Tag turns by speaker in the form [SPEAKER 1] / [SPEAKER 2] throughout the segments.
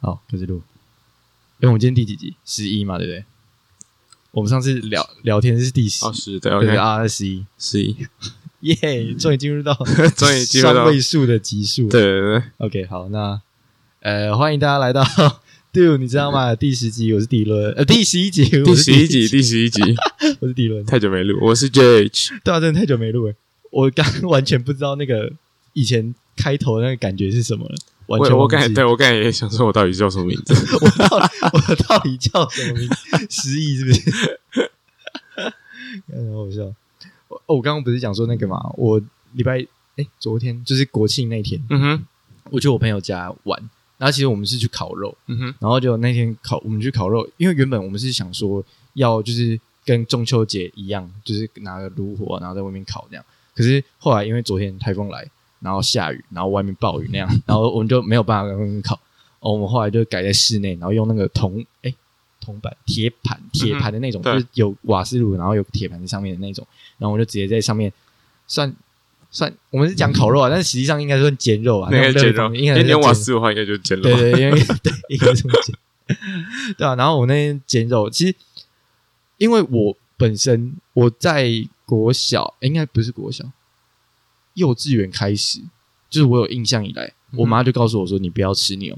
[SPEAKER 1] 好，开始录。因为我们今天第几集？十一嘛，对不对？我们上次聊聊天是第十、
[SPEAKER 2] 哦，是对
[SPEAKER 1] 对对
[SPEAKER 2] ，OK，
[SPEAKER 1] 啊，十一，
[SPEAKER 2] 十一，
[SPEAKER 1] 耶、终于进入到
[SPEAKER 2] 终于进入到
[SPEAKER 1] 双位数的集数。
[SPEAKER 2] 对对对，
[SPEAKER 1] ，OK，好，那呃，欢迎大家来到 Do，你知道吗？第十集，我是迪伦，呃，第十一集，
[SPEAKER 2] 第
[SPEAKER 1] 我是
[SPEAKER 2] 十
[SPEAKER 1] 迪
[SPEAKER 2] 一集，，第十一集，
[SPEAKER 1] 我是迪伦。
[SPEAKER 2] 太久没录，我是 JH，
[SPEAKER 1] 对啊，真的太久没录了，我刚 完全不知道那个以前开头那个感觉是什么了，完全
[SPEAKER 2] 我我
[SPEAKER 1] 忘
[SPEAKER 2] 刚才
[SPEAKER 1] 记
[SPEAKER 2] 对我刚才也想说，我到底叫什么名字？
[SPEAKER 1] 我到底 我到底叫什么名字？失忆是不是？ 很好笑。我哦我刚刚不是讲说那个嘛，我礼拜哎昨天就是国庆那天，
[SPEAKER 2] 嗯哼，
[SPEAKER 1] 我去我朋友家玩，然后其实我们是去烤肉，
[SPEAKER 2] 嗯哼，
[SPEAKER 1] 然后就那天烤我们去烤肉，因为原本我们是想说要就是跟中秋节一样，就是拿个炉火然后在外面烤那样，可是后来因为昨天台风来，然后下雨，然后外面暴雨那样，然后我们就没有办法在外面烤。哦，我们后来就改在室内，然后用那个铜哎铜板铁盘铁盘的那种，
[SPEAKER 2] 嗯对
[SPEAKER 1] 就是有瓦斯炉，然后有铁盘在上面的那种，然后我们就直接在上面算算，我们是讲烤肉啊，但是实际上应该算煎肉啊，
[SPEAKER 2] 那个
[SPEAKER 1] 种
[SPEAKER 2] 简
[SPEAKER 1] 热
[SPEAKER 2] 肉，
[SPEAKER 1] 风应
[SPEAKER 2] 因
[SPEAKER 1] 该
[SPEAKER 2] 为
[SPEAKER 1] 算
[SPEAKER 2] 连瓦
[SPEAKER 1] 煎肉
[SPEAKER 2] 斯的话应该就简肉
[SPEAKER 1] 对，对，因为 对应该这么讲，对啊。然后我那天捡肉，其实因为我本身我在国小，诶应该不是国小，幼稚园开始，就是我有印象以来，我妈就告诉我说，你不要吃牛，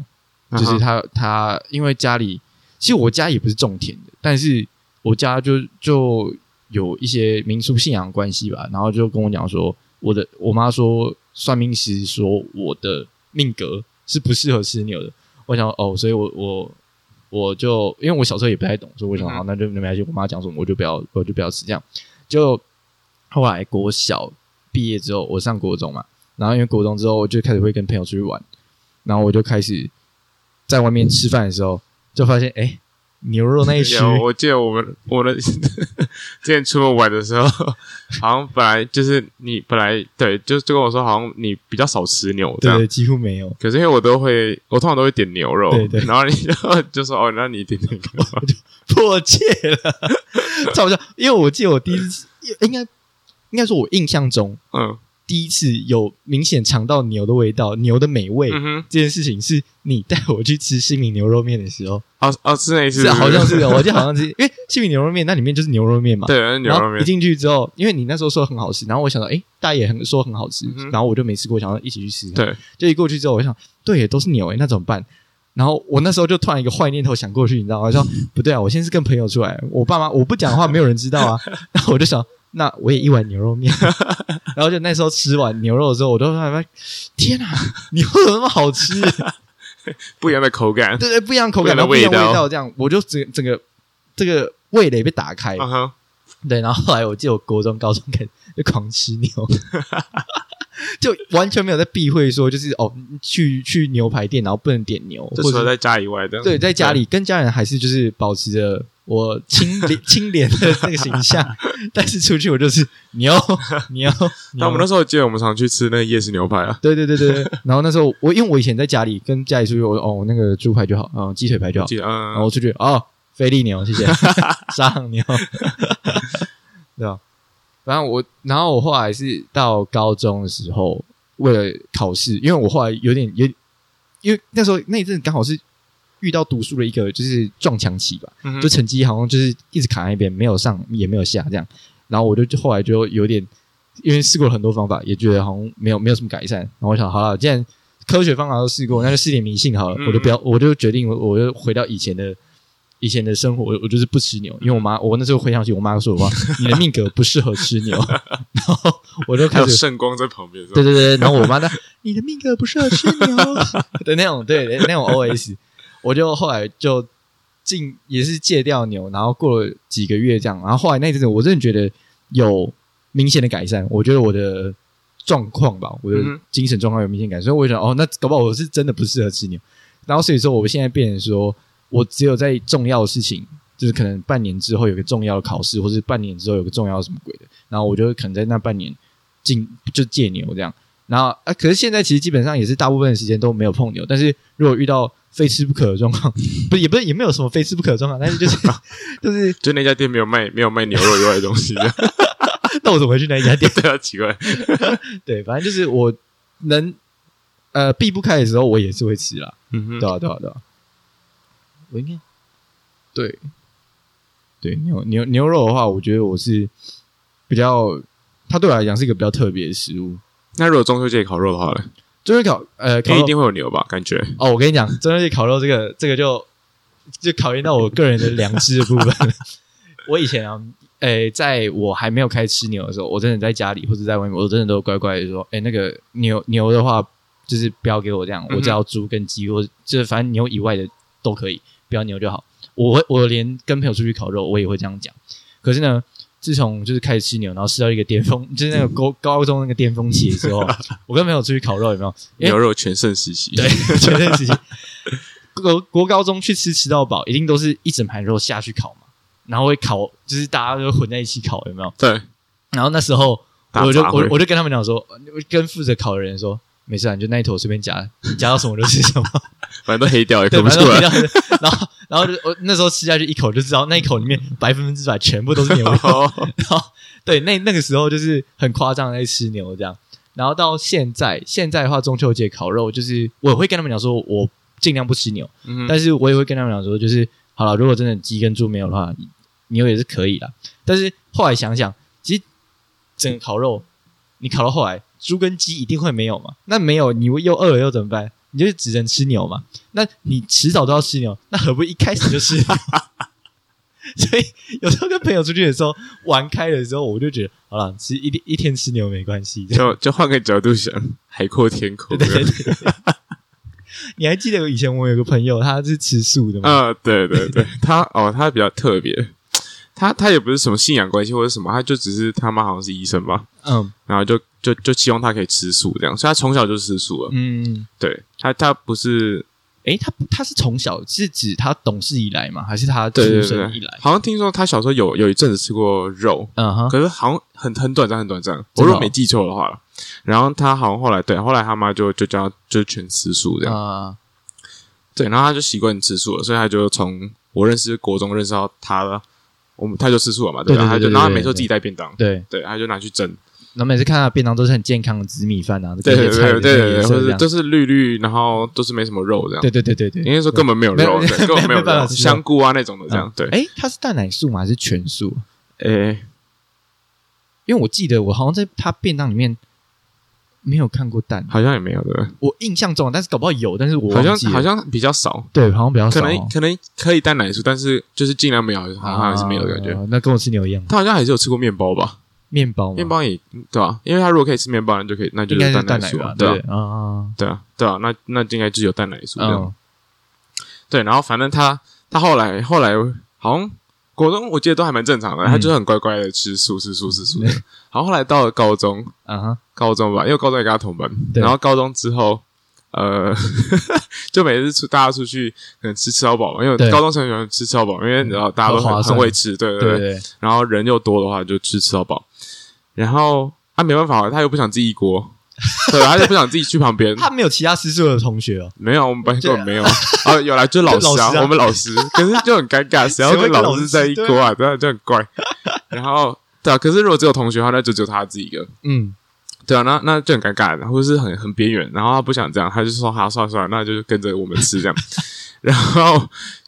[SPEAKER 2] 嗯哼
[SPEAKER 1] 就是她她因为家里，其实我家也不是种田的，但是我家就就有一些民俗信仰的关系吧，然后就跟我讲说，我的我妈说算命师说我的命格是不适合吃牛的，我想哦，所以我我我就因为我小时候也不太懂，所以我想
[SPEAKER 2] 嗯哼
[SPEAKER 1] 好那就没关系，我妈讲什么我就不要我就不要吃这样。就后来国小毕业之后，我上国中嘛，然后因为国中之后我就开始会跟朋友出去玩，然后我就开始在外面吃饭的时候就发现哎。诶牛肉那一区，
[SPEAKER 2] 有，我记得我们我的 之前出门玩的时候，好像本来就是你本来对，就就跟我说，好像你比较少吃牛这
[SPEAKER 1] 对
[SPEAKER 2] 样
[SPEAKER 1] 对，。几乎没有。
[SPEAKER 2] 可是因为我都会，我通常都会点牛肉，
[SPEAKER 1] 对对
[SPEAKER 2] 然后你就就说哦，那你点那个吧，
[SPEAKER 1] 破戒了， 超好笑。因为我记得我第一次，应该应该说，我印象中
[SPEAKER 2] 嗯
[SPEAKER 1] 第一次有明显尝到牛的味道、牛的美味、
[SPEAKER 2] 嗯哼，
[SPEAKER 1] 这件事情，是你带我去吃西米牛肉面的时候，
[SPEAKER 2] 哦哦，是那一次，
[SPEAKER 1] 是啊好像是的，我记得好像是，因为西米牛肉面那里面就是牛肉面嘛。
[SPEAKER 2] 对，那牛
[SPEAKER 1] 然
[SPEAKER 2] 肉
[SPEAKER 1] 后
[SPEAKER 2] 面
[SPEAKER 1] 一，进去之后，因为你那时候说很好吃，然后我想到，哎，大家也很说很好吃
[SPEAKER 2] 嗯，哼
[SPEAKER 1] 然后我就没吃过，想要一起去吃。
[SPEAKER 2] 对，
[SPEAKER 1] 就一过去之后，我想，对耶，都是牛诶，那怎么办？然后我那时候就突然一个坏念头想过去，你知道吗？我说不对啊，我现在是跟朋友出来，我爸妈我不讲话，没有人知道 啊。然后我就想，那我也一碗牛肉面。然后就那时候吃完牛肉之后，我就突然发现，天啊，牛肉怎么那么好吃？
[SPEAKER 2] 不一样的口感，
[SPEAKER 1] 对对，不一样的口
[SPEAKER 2] 不一
[SPEAKER 1] 感，然
[SPEAKER 2] 样的
[SPEAKER 1] 后不一样的
[SPEAKER 2] 味道
[SPEAKER 1] 味道，这样我就整整个这个味蕾被打开。
[SPEAKER 2] 嗯哼，
[SPEAKER 1] 对，然后后来我记得我国中、高中开始就狂吃 牛，就完全没有在避讳说，就是哦，去去牛排店，然后不能点牛，
[SPEAKER 2] 就
[SPEAKER 1] 或
[SPEAKER 2] 除了
[SPEAKER 1] 者
[SPEAKER 2] 在家以外的，
[SPEAKER 1] 对，在家里跟家人还是就是保持着我清廉 清廉的那个形象，但是出去我就是牛牛。
[SPEAKER 2] 但 我们那
[SPEAKER 1] 牛
[SPEAKER 2] 时候记得我们常去吃那个夜市牛排啊，
[SPEAKER 1] 对对对对，对然后那时候我因为我以前在家里跟家里出去，我说哦那个猪排就好，嗯鸡腿排就好，
[SPEAKER 2] 记得
[SPEAKER 1] 然后
[SPEAKER 2] 嗯，
[SPEAKER 1] 出去哦，菲力牛，谢谢，沙朗牛，对吧？反正我，然后我后来是到高中的时候，为了考试，因为我后来有点也，因为那时候那一阵刚好是遇到读书的一个就是撞墙期吧，
[SPEAKER 2] 嗯哼
[SPEAKER 1] 就成绩好像就是一直卡在那边，没有上也没有下这样。然后我就后来就有点，因为试过了很多方法，也觉得好像没有没有什么改善。然后我想，好了，既然科学方法都试过，那就试点迷信好了。
[SPEAKER 2] 嗯
[SPEAKER 1] 我就不要，我就决定我，我就回到以前的以前的生活，我我就是不吃牛，因为我妈，我那时候回想起我妈说的话，你的命格不适合吃 牛。然后我就
[SPEAKER 2] 还
[SPEAKER 1] 开
[SPEAKER 2] 有
[SPEAKER 1] 始
[SPEAKER 2] 圣光在旁边，是吧
[SPEAKER 1] 对对对，然后我妈呢，你的命格不适合吃牛的那种， 对那种 OS，我就后来就进也是戒掉牛，然后过了几个月这样，然后后来那阵子我真的觉得有明显的改善，我觉得我的状况吧，我的
[SPEAKER 2] 嗯哼
[SPEAKER 1] 精神状况有明显改善，所以我就想哦，那搞不好我是真的不适合吃牛，然后所以说我现在变成说我只有在重要的事情。就是可能半年之后有个重要的考试，或是半年之后有个重要的什么鬼的，然后我就可能在那半年进就戒牛这样。然后啊，可是现在其实基本上也是大部分的时间都没有碰牛，但是如果遇到非吃不可的状况，不是也不是也没有什么非吃不可的状况，但是就是 就是
[SPEAKER 2] 就那家店没有卖没有卖牛肉以外的东西，
[SPEAKER 1] 那我怎么回去那一家店？
[SPEAKER 2] 对啊，奇怪，
[SPEAKER 1] 对，反正就是我能呃避不开的时候，我也是会吃啦，
[SPEAKER 2] 嗯哼
[SPEAKER 1] 对，啊对啊对啊。我应该对对牛牛牛肉的话，我觉得我是比较，它对我来讲是一个比较特别的食物。
[SPEAKER 2] 那如果中秋节烤肉的话呢？
[SPEAKER 1] 就是烤呃，
[SPEAKER 2] 因
[SPEAKER 1] 烤
[SPEAKER 2] 为
[SPEAKER 1] 肉
[SPEAKER 2] 一定会有牛吧？感觉
[SPEAKER 1] 哦，我跟你讲，中秋节烤肉这个这个就就考验到我个人的良知的部分。我以前啊，诶、在我还没有开始吃牛的时候，我真的在家里或者在外面，我真的都乖乖的说，诶、那个牛牛的话，就是不要给我这样，
[SPEAKER 2] 哼
[SPEAKER 1] 我只要猪跟鸡，或者就是反正牛以外的都可以，不要牛就好。我会我连跟朋友出去烤肉，我也会这样讲。可是呢，自从就是开始吃牛，然后吃到一个巅峰，就是那个高高中那个巅峰期的时候啊，我跟朋友出去烤肉，有没有？因为
[SPEAKER 2] 牛肉全盛时期。
[SPEAKER 1] 对，绝对时期。国国高中去吃吃到饱，一定都是一整盘肉下去烤嘛，然后会烤，就是大家都混在一起烤，有没有？
[SPEAKER 2] 对，
[SPEAKER 1] 然后那时候
[SPEAKER 2] 大
[SPEAKER 1] 我就
[SPEAKER 2] 杂
[SPEAKER 1] 我
[SPEAKER 2] 烩
[SPEAKER 1] 我就跟他们讲说，我跟负责烤的人说，没事、啊，你就那一坨随便夹，你夹到什么就吃什么，
[SPEAKER 2] 反正都黑掉也
[SPEAKER 1] 对，
[SPEAKER 2] 看不啊
[SPEAKER 1] 反正
[SPEAKER 2] 出
[SPEAKER 1] 我
[SPEAKER 2] 来。
[SPEAKER 1] 这样子 然后然后就我那时候吃下去一口就知道，那一口里面百分之百全部都是牛肉，
[SPEAKER 2] 哦，
[SPEAKER 1] 然后对，那那个时候就是很夸张在吃牛这样，然后到现在，现在的话中秋节烤肉就是我会跟他们讲说，我尽量不吃牛，
[SPEAKER 2] 嗯
[SPEAKER 1] 但是我也会跟他们讲说，就是好了，如果真的鸡跟猪没有的话，牛也是可以啦。但是后来想想，其实整个烤肉，你烤到后来，猪跟鸡一定会没有嘛？那没有，你又饿了又怎么办？你就只能吃牛嘛？那你迟早都要吃牛，那何不一开始就吃 牛？所以有时候跟朋友出去的时候玩开的时候，我就觉得好了，吃一天一天吃牛没关系。
[SPEAKER 2] 就就换个角度想，海阔天空。
[SPEAKER 1] 对对对。你还记得以前我有个朋友，他是吃素的吗？
[SPEAKER 2] 啊、对对对，他哦，他比较特别，他他也不是什么信仰关系或者什么，他就只是他妈好像是医生吧，
[SPEAKER 1] 嗯
[SPEAKER 2] 然后就就就希望他可以吃素这样，所以他从小就吃素了。
[SPEAKER 1] 嗯，
[SPEAKER 2] 对他他不是
[SPEAKER 1] 诶，他他是从小是指他懂事以来吗？还是他出
[SPEAKER 2] 对对
[SPEAKER 1] 生以
[SPEAKER 2] 对
[SPEAKER 1] 来，？
[SPEAKER 2] 好像听说他小时候有有一阵子吃过肉，
[SPEAKER 1] 嗯哼，
[SPEAKER 2] 可是好像很很短暂很短暂，
[SPEAKER 1] 真的哦
[SPEAKER 2] 我如果没记错的话啦。然后他好像后来对，后来他妈就就叫他就全吃素这样，
[SPEAKER 1] 啊，
[SPEAKER 2] 对，然后他就习惯吃素了，所以他就从我认识国中认识到他了，我们他就吃素了嘛，对吧？
[SPEAKER 1] 对对
[SPEAKER 2] 他就
[SPEAKER 1] 对对
[SPEAKER 2] 然后他
[SPEAKER 1] 对
[SPEAKER 2] 每次
[SPEAKER 1] 对
[SPEAKER 2] 自己带便当，
[SPEAKER 1] 对，
[SPEAKER 2] 对，他就拿去蒸，
[SPEAKER 1] 然后每次看他的便当都是很健康的紫米饭啊，
[SPEAKER 2] 对
[SPEAKER 1] 各
[SPEAKER 2] 对
[SPEAKER 1] 些菜的
[SPEAKER 2] 对对对对，
[SPEAKER 1] 颜
[SPEAKER 2] 或
[SPEAKER 1] 色这
[SPEAKER 2] 者
[SPEAKER 1] 样
[SPEAKER 2] 都是绿绿，然后都是没什么肉这样。
[SPEAKER 1] 对对对对对
[SPEAKER 2] 应该说根本没有
[SPEAKER 1] 没有
[SPEAKER 2] 肉，对
[SPEAKER 1] 没有
[SPEAKER 2] 根本
[SPEAKER 1] 没
[SPEAKER 2] 有
[SPEAKER 1] 有办法
[SPEAKER 2] 肉，
[SPEAKER 1] 吃
[SPEAKER 2] 香菇啊那种的这样。对，
[SPEAKER 1] 哎，诶他是蛋奶素吗？还是全素？哎
[SPEAKER 2] 诶，
[SPEAKER 1] 因为我记得我好像在他便当里面没有看过蛋，
[SPEAKER 2] 好像也没有对，
[SPEAKER 1] 我印象中，但是搞不好有，但是我
[SPEAKER 2] 好
[SPEAKER 1] 忘
[SPEAKER 2] 像
[SPEAKER 1] 记了
[SPEAKER 2] 好像比较少，
[SPEAKER 1] 对，好像比较
[SPEAKER 2] 可
[SPEAKER 1] 少哦，
[SPEAKER 2] 能可能可以蛋奶素，但是就是尽量没有，好像还是没有的感觉。
[SPEAKER 1] 啊那跟我吃牛一样，
[SPEAKER 2] 他好像还是有吃过面包吧？
[SPEAKER 1] 面包吗
[SPEAKER 2] 面包也对吧？因为他如果可以吃面包，那就可以，那就
[SPEAKER 1] 应该是
[SPEAKER 2] 蛋
[SPEAKER 1] 蛋奶
[SPEAKER 2] 素
[SPEAKER 1] 吧？
[SPEAKER 2] 对啊
[SPEAKER 1] 对啊啊，
[SPEAKER 2] 对啊对啊，那那应该就有蛋奶素这样。
[SPEAKER 1] 嗯
[SPEAKER 2] 对，然后反正他他后来后来好像国中我记得都还蛮正常的，他
[SPEAKER 1] 嗯
[SPEAKER 2] 就是很乖乖的吃素吃素吃素的。然后后来到了高中，
[SPEAKER 1] 啊哈，
[SPEAKER 2] 高中吧，因为高中也跟他同班，
[SPEAKER 1] 对
[SPEAKER 2] 然后高中之后，呃， 就每次出大家出去可能吃吃到饱嘛，因为
[SPEAKER 1] 对
[SPEAKER 2] 高中生喜欢吃吃到饱，因为你知道大家都
[SPEAKER 1] 很划
[SPEAKER 2] 很
[SPEAKER 1] 算
[SPEAKER 2] 很会吃，对对
[SPEAKER 1] 对
[SPEAKER 2] 对，
[SPEAKER 1] 对，
[SPEAKER 2] 然后人又多的话就吃吃到饱，然后他、没办法，他又不想自己一锅，对，他就不想自己去旁边，
[SPEAKER 1] 他没有其他吃素的同学哦，
[SPEAKER 2] 没有，我们班根本没有。啊，有啦，就老师
[SPEAKER 1] 老师
[SPEAKER 2] 啊，
[SPEAKER 1] 啊
[SPEAKER 2] 我们老师，可是就很尴 尬，谁要
[SPEAKER 1] 谁会
[SPEAKER 2] 跟
[SPEAKER 1] 跟
[SPEAKER 2] 老师在一
[SPEAKER 1] 老师
[SPEAKER 2] 锅啊？对啊，就很 怪。然后，对啊，可是如果只有同学的话，那就只有他自己一个。
[SPEAKER 1] 嗯，
[SPEAKER 2] 对啊，那那就很尴尬，然后是很很边缘，然后他不想这样，他就说好，算了算了，那就跟着我们吃这样。 然后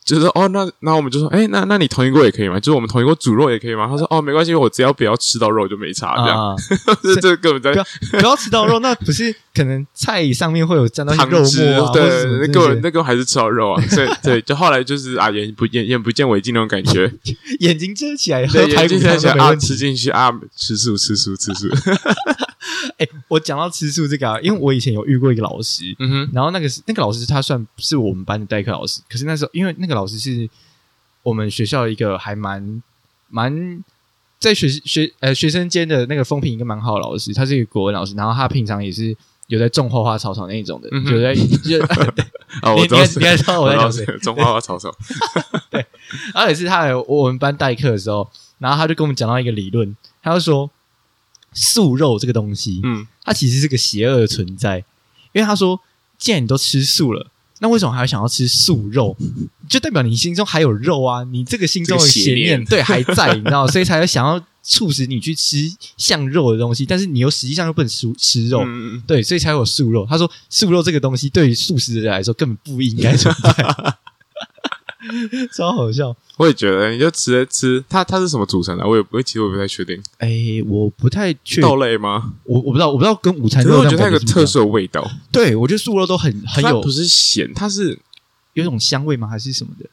[SPEAKER 2] 就是哦，那那我们就说，哎，那那你同一锅也可以吗？就是我们同一锅煮肉也可以吗？他说哦，没关系，我只要不要吃到肉就没差这样。
[SPEAKER 1] 啊，
[SPEAKER 2] 这这根本在
[SPEAKER 1] 不要不要吃到肉，那不是可能菜上面会有沾到一些
[SPEAKER 2] 汤
[SPEAKER 1] 肉
[SPEAKER 2] 汁，
[SPEAKER 1] 末啊，或者什么
[SPEAKER 2] 对，
[SPEAKER 1] 之
[SPEAKER 2] 那个
[SPEAKER 1] 类的
[SPEAKER 2] 那个还是吃到 肉啊，所以对，就后来就是啊，眼不眼眼不见为净那种感觉，
[SPEAKER 1] 眼睛遮起来喝
[SPEAKER 2] 对，
[SPEAKER 1] 排骨
[SPEAKER 2] 眼睛在
[SPEAKER 1] 汤都
[SPEAKER 2] 想
[SPEAKER 1] 没
[SPEAKER 2] 啊，
[SPEAKER 1] 问题。
[SPEAKER 2] 吃进去啊，吃素吃素 吃素，
[SPEAKER 1] 哎，我讲到吃素这个啊，因为我以前有遇过一个老师，
[SPEAKER 2] 嗯哼，
[SPEAKER 1] 然后那个是那个老师他算是我们班的代课老师，可是那时候因为那个老师是我们学校一个还蛮蛮在学学呃学生间的那个风评一个蛮好的老师，他是一个国文老师，然后他平常也是有在种花花草草那一种的，
[SPEAKER 2] 嗯哼
[SPEAKER 1] 有在 就对
[SPEAKER 2] 啊，
[SPEAKER 1] 你
[SPEAKER 2] 我
[SPEAKER 1] 你
[SPEAKER 2] 知道
[SPEAKER 1] 该
[SPEAKER 2] 是
[SPEAKER 1] 你，该知道我
[SPEAKER 2] 我
[SPEAKER 1] 在
[SPEAKER 2] 知道
[SPEAKER 1] 讲谁
[SPEAKER 2] 是。中华花 草草，
[SPEAKER 1] 然后也是他来我们班代课的时候，然后他就跟我们讲到一个理论，他就说素肉这个东西，
[SPEAKER 2] 嗯，
[SPEAKER 1] 它其实是个邪恶的存在，因为他说，既然你都吃素了，那为什么还想要吃素肉？就代表你心中还有肉啊，你这个心中的邪念
[SPEAKER 2] 这个邪念
[SPEAKER 1] 对还在，你知道，所以才会想要促使你去吃像肉的东西，但是你又实际上又不能吃吃肉，
[SPEAKER 2] 嗯嗯
[SPEAKER 1] 对，所以才有素肉。他说素肉这个东西对于素食的人来说根本不应该存在。 超好笑。
[SPEAKER 2] 我也觉得，你就吃吃它它是什么组成的，啊我也我其实我也不太确定，
[SPEAKER 1] 哎、我不太确，
[SPEAKER 2] 豆
[SPEAKER 1] 我
[SPEAKER 2] 类吗？
[SPEAKER 1] 我不知道，我不知道跟午餐
[SPEAKER 2] 可是
[SPEAKER 1] 肉
[SPEAKER 2] 我
[SPEAKER 1] 这
[SPEAKER 2] 觉
[SPEAKER 1] 样
[SPEAKER 2] 得它有
[SPEAKER 1] 感
[SPEAKER 2] 个
[SPEAKER 1] 觉是不一
[SPEAKER 2] 特
[SPEAKER 1] 样，
[SPEAKER 2] 殊的味道，
[SPEAKER 1] 对我觉得素肉都很很
[SPEAKER 2] 它
[SPEAKER 1] 有
[SPEAKER 2] 不是咸，它是
[SPEAKER 1] 有一种香味吗？还是什么的？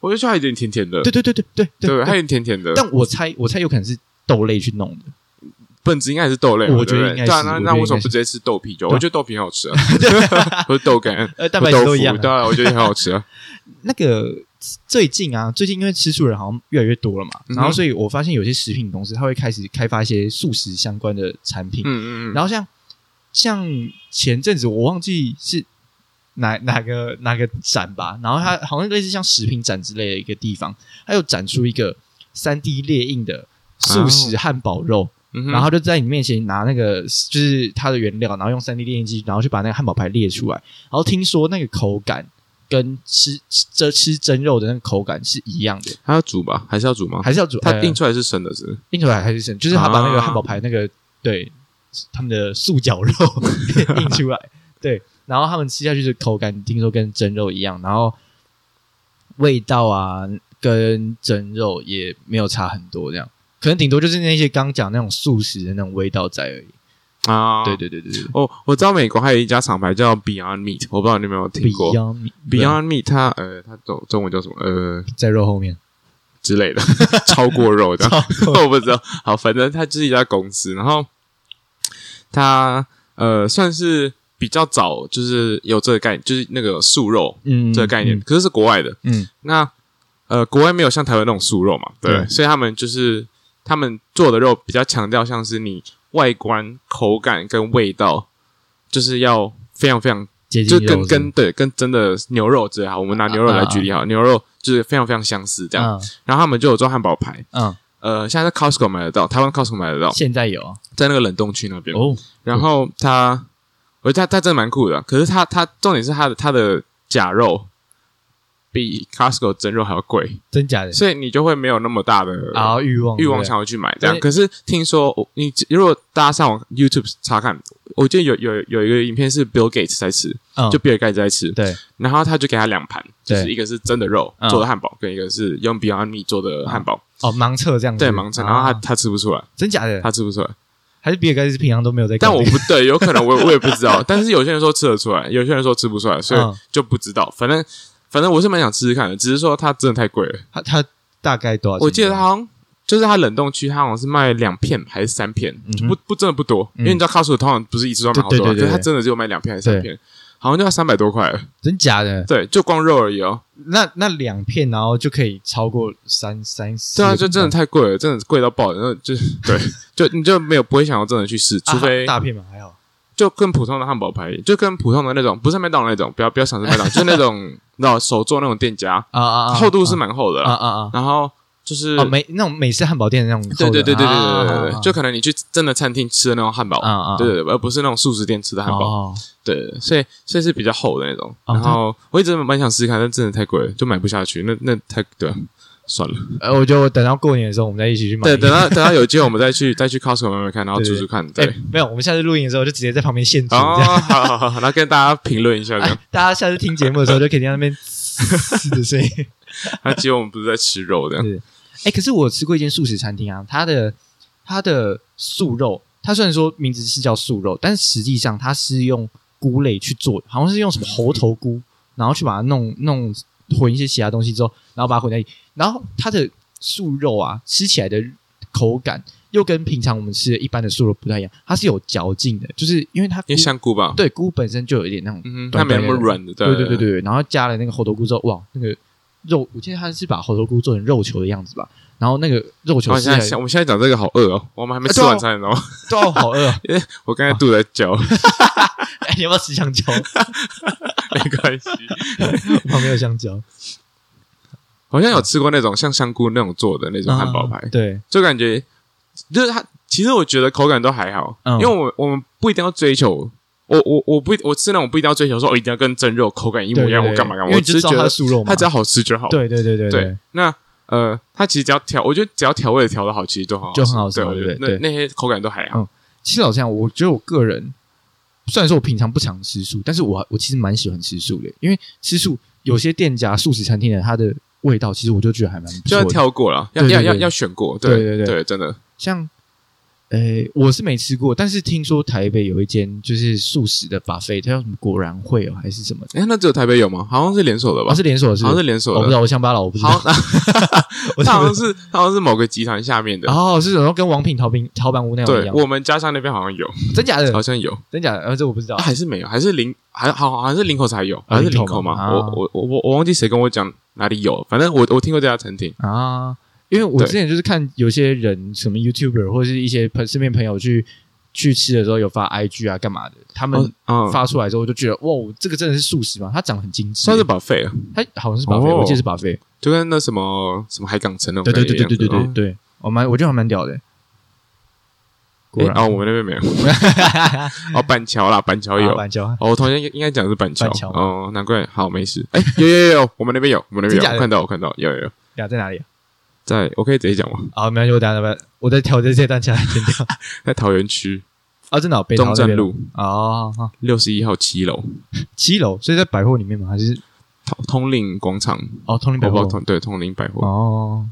[SPEAKER 2] 我就觉得它有点甜甜的，
[SPEAKER 1] 对对对对对
[SPEAKER 2] 对，
[SPEAKER 1] 对
[SPEAKER 2] 它有点甜甜的。
[SPEAKER 1] 但我猜，我猜有可能是豆类去弄的。
[SPEAKER 2] 本质应该还是豆类嘛，
[SPEAKER 1] 我觉得
[SPEAKER 2] 对
[SPEAKER 1] 应
[SPEAKER 2] 不
[SPEAKER 1] 该
[SPEAKER 2] 对
[SPEAKER 1] 是
[SPEAKER 2] 对
[SPEAKER 1] 我
[SPEAKER 2] 啊，那
[SPEAKER 1] 觉得
[SPEAKER 2] 那为
[SPEAKER 1] 应
[SPEAKER 2] 什
[SPEAKER 1] 该
[SPEAKER 2] 么
[SPEAKER 1] 是
[SPEAKER 2] 不直接吃豆皮就好？
[SPEAKER 1] 对啊
[SPEAKER 2] 我觉得豆皮很好 吃啊， 或者豆干、
[SPEAKER 1] 呃，蛋
[SPEAKER 2] 或
[SPEAKER 1] 白质
[SPEAKER 2] 豆
[SPEAKER 1] 都
[SPEAKER 2] 腐
[SPEAKER 1] 一样、，啊
[SPEAKER 2] 对。啊，我觉得也很好吃 啊。
[SPEAKER 1] 那个最近啊，最近因为吃素人好像越来越多了嘛，
[SPEAKER 2] 嗯哼
[SPEAKER 1] 然后所以我发现有些食品公司它会开始开发一些素食相关的产品，
[SPEAKER 2] 嗯嗯嗯，
[SPEAKER 1] 然后像像前阵子我忘记是哪哪个哪个展吧，然后它好像类似像食品展之类的一个地方，它又展出一个三 D 列印的素食汉堡肉，
[SPEAKER 2] 嗯哼
[SPEAKER 1] 然后就在你面前拿那个就是它的原料，然后用三 D 列印机，然后去把那个汉堡排列出来。然后听说那个口感跟吃吃这吃蒸肉的那个口感是一样的，
[SPEAKER 2] 它要煮吧，还是要煮吗？
[SPEAKER 1] 还是要煮
[SPEAKER 2] 哦它
[SPEAKER 1] 呃
[SPEAKER 2] 印出来是生的，是不是
[SPEAKER 1] 印出来还是生，就是他把那
[SPEAKER 2] 啊
[SPEAKER 1] 个汉堡排那个、对他们的素绞肉 印出 来，对，然后他们吃下去的口感听说跟蒸肉一样，然后味道啊跟蒸肉也没有差很多，这样可能顶多就是那些刚讲那种素食的那种味道在而已。
[SPEAKER 2] 啊，
[SPEAKER 1] 对对对对对
[SPEAKER 2] 哦，我知道美国还有一家厂牌叫 Beyond Meat，我不知道你有没有听过。
[SPEAKER 1] ，Beyond
[SPEAKER 2] Beyond Meat，它呃，它中中文叫什么？呃
[SPEAKER 1] 在肉后面，
[SPEAKER 2] 之 类的，超过肉的，
[SPEAKER 1] 超
[SPEAKER 2] 我不知道。好，反正它就是一家公司，然后它呃算是比较早，就是有这个概就是那个素肉
[SPEAKER 1] 嗯
[SPEAKER 2] 这个概念，，可是是国外的。
[SPEAKER 1] 嗯
[SPEAKER 2] 那呃，国外没有像台湾那种素肉嘛，对，
[SPEAKER 1] 对
[SPEAKER 2] 所以他们就是他们做的肉比较强调像是你外观、口感跟味道，就是要非常非常
[SPEAKER 1] 接近
[SPEAKER 2] 就跟跟对跟真的牛肉最好，我们拿牛肉
[SPEAKER 1] 啊
[SPEAKER 2] 来举例好，牛肉就是非常非常相似这样。
[SPEAKER 1] 样，
[SPEAKER 2] 然后他们就有做汉堡排，
[SPEAKER 1] 嗯，
[SPEAKER 2] 呃，现在在 Costco 买得到，台湾 Costco 买得到，
[SPEAKER 1] 现在有啊
[SPEAKER 2] 在那个冷冻区那边。
[SPEAKER 1] 哦，
[SPEAKER 2] 然后它，我觉得它它真的蛮酷的啊，可是它它重点是它的它的假肉比 Costco 真肉还要贵，
[SPEAKER 1] 真假的
[SPEAKER 2] 所以你就会没有那么大的
[SPEAKER 1] 啊欲望
[SPEAKER 2] 欲
[SPEAKER 1] 对
[SPEAKER 2] 望
[SPEAKER 1] 不对
[SPEAKER 2] 想要去买这样。
[SPEAKER 1] 对
[SPEAKER 2] 可是听说我你如果大家上网 YouTube 查看，我记得有有有一个影片是 Bill Gates 在吃，
[SPEAKER 1] 嗯
[SPEAKER 2] 就比尔盖茨在吃，
[SPEAKER 1] 对
[SPEAKER 2] 然后他就给他两盘，就
[SPEAKER 1] 对
[SPEAKER 2] 是一个是真的肉
[SPEAKER 1] 嗯
[SPEAKER 2] 做的汉堡，跟一个是用 Beyond Meat 做的汉堡，
[SPEAKER 1] 哦盲测这样子
[SPEAKER 2] 对盲肠，然后他
[SPEAKER 1] 啊
[SPEAKER 2] 他吃不出来，
[SPEAKER 1] 真假的
[SPEAKER 2] 他吃不出来。
[SPEAKER 1] 还是比尔盖茨平常都没有在搞
[SPEAKER 2] 但我
[SPEAKER 1] 这个，
[SPEAKER 2] 不对，有可能我我也不知道，但是有些人说吃得出来，有些人说吃不出来，所以
[SPEAKER 1] 嗯
[SPEAKER 2] 就不知道。反正反正我是蛮想吃吃看的，只是说它真的太贵了。
[SPEAKER 1] 他他大概多少钱？
[SPEAKER 2] 我记得它好像就是它冷冻区，它好像是卖两片还是三片，
[SPEAKER 1] 嗯
[SPEAKER 2] 就
[SPEAKER 1] 哼
[SPEAKER 2] 不不真的不多，
[SPEAKER 1] 嗯
[SPEAKER 2] 因为你知道 Costco 通常不是一次都要买好多
[SPEAKER 1] 对
[SPEAKER 2] 啊，
[SPEAKER 1] 对对
[SPEAKER 2] 可是它
[SPEAKER 1] 对
[SPEAKER 2] 真的只有卖两片还是三片，好像就要三百多块了。
[SPEAKER 1] 真假的，
[SPEAKER 2] 对，就光肉而已哦。
[SPEAKER 1] 那那两片然后就可以超过三三四
[SPEAKER 2] 对
[SPEAKER 1] 个
[SPEAKER 2] 啊，
[SPEAKER 1] 吧，
[SPEAKER 2] 就真的太贵了，真的贵到爆了，然后就是对， 就你就没有不会想要真的去试，
[SPEAKER 1] 啊
[SPEAKER 2] 除非
[SPEAKER 1] 大片嘛，还好
[SPEAKER 2] 就跟普通的汉堡排，就跟普通的那种，不是麦当劳那种，不要不要想是麦当劳，就是那种那种手做那种店家，
[SPEAKER 1] 啊啊啊
[SPEAKER 2] 厚度是蛮厚的
[SPEAKER 1] 啊
[SPEAKER 2] 啦，
[SPEAKER 1] 啊啊
[SPEAKER 2] 然后就是
[SPEAKER 1] 哦美那种美式汉堡店的那种
[SPEAKER 2] 对
[SPEAKER 1] 厚的，
[SPEAKER 2] 对对对对对对
[SPEAKER 1] 啊
[SPEAKER 2] 对对对，就可能你去真的餐厅吃的那种汉堡，
[SPEAKER 1] 啊啊
[SPEAKER 2] 对对，对而不是那种素食店吃的汉堡，
[SPEAKER 1] 哦，
[SPEAKER 2] 对，对对所以所以是比较厚的那种。
[SPEAKER 1] 哦
[SPEAKER 2] 然后我一直蛮想试试看，但真的太贵了，就买不下去，那那太对啊，算了。
[SPEAKER 1] 呃，我觉得我等到过年的时候我们再一起去买
[SPEAKER 2] 对，
[SPEAKER 1] 一个。
[SPEAKER 2] 等到等到有机会我们再去再去 Costco 慢慢看，然后
[SPEAKER 1] 对
[SPEAKER 2] 煮
[SPEAKER 1] 对
[SPEAKER 2] 煮看，
[SPEAKER 1] 哎
[SPEAKER 2] 对。，
[SPEAKER 1] 没有，我们下次录影的时候就直接在旁边现煮这
[SPEAKER 2] 哦，
[SPEAKER 1] 样。
[SPEAKER 2] 好好好好，那跟大家评论一下这样。
[SPEAKER 1] 大家下次听节目的时候就可以听到那边嘶的声音。
[SPEAKER 2] 那结果我们不是在吃肉这样
[SPEAKER 1] 对。哎、可是我吃过一间素食餐厅啊，它的它的素肉，它虽然说名字是叫素肉，但实际上它是用菇类去做的，好像是用什么猴头菇，然后去把它弄弄混一些其他东西之后，然后把它混在一起，然后它的素肉啊，吃起来的口感又跟平常我们吃的一般的素肉不太一样，它是有嚼劲的，就是因为它菇
[SPEAKER 2] 因为香菇吧，
[SPEAKER 1] 对菇本身就有一点那种
[SPEAKER 2] 嗯哼，它
[SPEAKER 1] 短
[SPEAKER 2] 没
[SPEAKER 1] 短
[SPEAKER 2] 那
[SPEAKER 1] 的
[SPEAKER 2] 么软的，
[SPEAKER 1] 对
[SPEAKER 2] 对
[SPEAKER 1] 对对对，然后加了那个猴头菇之后，哇，那个肉，我记得他是把猴头菇做成肉球的样子吧，然后那个肉球
[SPEAKER 2] 然后
[SPEAKER 1] 吃
[SPEAKER 2] 现在
[SPEAKER 1] 起来，
[SPEAKER 2] 想，我们现在讲这个好饿哦，我们还没吃
[SPEAKER 1] 啊对啊
[SPEAKER 2] 晚餐，你知道吗？
[SPEAKER 1] 对啊，好饿啊，
[SPEAKER 2] 我刚才肚子在叫，
[SPEAKER 1] 哎，你要不要吃香 蕉？
[SPEAKER 2] 没关系。
[SPEAKER 1] 我旁边有香蕉，
[SPEAKER 2] 好像有吃过那种像香菇那种做的那种汉堡排，
[SPEAKER 1] 啊对，
[SPEAKER 2] 就感觉就是它，其实我觉得口感都还好，
[SPEAKER 1] 嗯
[SPEAKER 2] 因为我们我们不一定要追求。我我我不我吃那种不一定要追求说，我、一定要跟蒸肉口感一模一
[SPEAKER 1] 对
[SPEAKER 2] 样，
[SPEAKER 1] 对
[SPEAKER 2] 我干嘛
[SPEAKER 1] 因
[SPEAKER 2] 干嘛？
[SPEAKER 1] 为
[SPEAKER 2] 我
[SPEAKER 1] 你
[SPEAKER 2] 只
[SPEAKER 1] 就是知道它
[SPEAKER 2] 觉得
[SPEAKER 1] 的素肉嘛，
[SPEAKER 2] 它只要好吃就好。
[SPEAKER 1] 对对对对对，
[SPEAKER 2] 那呃，它其实只要调，我觉得只要调味调的好，其实都很好吃，
[SPEAKER 1] 就很好吃
[SPEAKER 2] 对，
[SPEAKER 1] 嘛
[SPEAKER 2] 我觉得
[SPEAKER 1] 对不
[SPEAKER 2] 那
[SPEAKER 1] 对嗯
[SPEAKER 2] 那些口感都还好。
[SPEAKER 1] 其实老实讲，我觉得我个人虽然说我平常不常吃素，但是我我其实蛮喜欢吃素的，因为吃素有些店家素食餐厅的它的味道，其实我就觉得还蛮不
[SPEAKER 2] 就要
[SPEAKER 1] 错的。
[SPEAKER 2] 挑过了，要
[SPEAKER 1] 对对
[SPEAKER 2] 要
[SPEAKER 1] 对
[SPEAKER 2] 要要选过，
[SPEAKER 1] 对
[SPEAKER 2] 对
[SPEAKER 1] 对对
[SPEAKER 2] 真的
[SPEAKER 1] 像，呃，我是没吃过，但是听说台北有一间就是素食的 buffet，它叫什么果然会哦，还是什么的？
[SPEAKER 2] 哎，那只有台北有吗？好像是连锁的吧？
[SPEAKER 1] 啊，是连锁的是不
[SPEAKER 2] 好
[SPEAKER 1] 是？
[SPEAKER 2] 像是连锁
[SPEAKER 1] 我不知
[SPEAKER 2] 的。
[SPEAKER 1] 道，我乡巴佬，我不知
[SPEAKER 2] 好
[SPEAKER 1] 道。，我
[SPEAKER 2] 它好像是它好像是某个集团下面的。
[SPEAKER 1] 哦，是然后跟王品陶饼陶板屋那种一
[SPEAKER 2] 对，
[SPEAKER 1] 样，
[SPEAKER 2] 我们家乡那边好像有，
[SPEAKER 1] 真假的？
[SPEAKER 2] 好像有，啊
[SPEAKER 1] 真假的？呃，这我不知道。
[SPEAKER 2] 还是没有，还是林，还好好像是林口才有，还是林口
[SPEAKER 1] 林口吗
[SPEAKER 2] 吗？
[SPEAKER 1] 啊
[SPEAKER 2] 我我我我我忘记谁跟我讲哪里有，反正我我听过这家餐厅。
[SPEAKER 1] 啊，因为我
[SPEAKER 2] 对
[SPEAKER 1] 之前就是看有些人什么 YouTuber 或者是一些朋身边朋友去去吃的时候有发 IG 啊干嘛的，他们
[SPEAKER 2] 嗯，
[SPEAKER 1] 发出来之后我就觉得哇，这个真的是素食吗？它长得很精致
[SPEAKER 2] 算，是把费了，
[SPEAKER 1] 它好像是巴菲，
[SPEAKER 2] 哦
[SPEAKER 1] 我记得是巴菲，
[SPEAKER 2] 就跟那什么什么海港城那种
[SPEAKER 1] 对对
[SPEAKER 2] 感
[SPEAKER 1] 对
[SPEAKER 2] 觉一样。
[SPEAKER 1] 对对对对
[SPEAKER 2] 哦
[SPEAKER 1] 对，我蛮我觉得还蛮屌的。果
[SPEAKER 2] 诶
[SPEAKER 1] 然
[SPEAKER 2] 哦，我们那边没有。 哦，板桥啦，板桥有
[SPEAKER 1] 啊。板桥，
[SPEAKER 2] 哦，我同学应应该讲的是板桥
[SPEAKER 1] 板桥。
[SPEAKER 2] 哦，难怪。好，没事。哎，有有有有，我们那边有，我们那边
[SPEAKER 1] 真假的
[SPEAKER 2] 有，我看到我看到有有有，
[SPEAKER 1] 俩在哪里啊？
[SPEAKER 2] 在我可以直接讲吗？
[SPEAKER 1] 啊，没关系，我等下再把我再调这这段下来剪 掉。
[SPEAKER 2] 在桃园区
[SPEAKER 1] 啊，真的哦北
[SPEAKER 2] 中
[SPEAKER 1] 桃那
[SPEAKER 2] 正
[SPEAKER 1] 边
[SPEAKER 2] 路
[SPEAKER 1] 哦，哦哦
[SPEAKER 2] 六十一号七楼，
[SPEAKER 1] 七楼，所以在百货里面吗？还是
[SPEAKER 2] 通通令广场，
[SPEAKER 1] 哦，通灵百
[SPEAKER 2] 我不知
[SPEAKER 1] 货
[SPEAKER 2] 道？通对通灵百货
[SPEAKER 1] 哦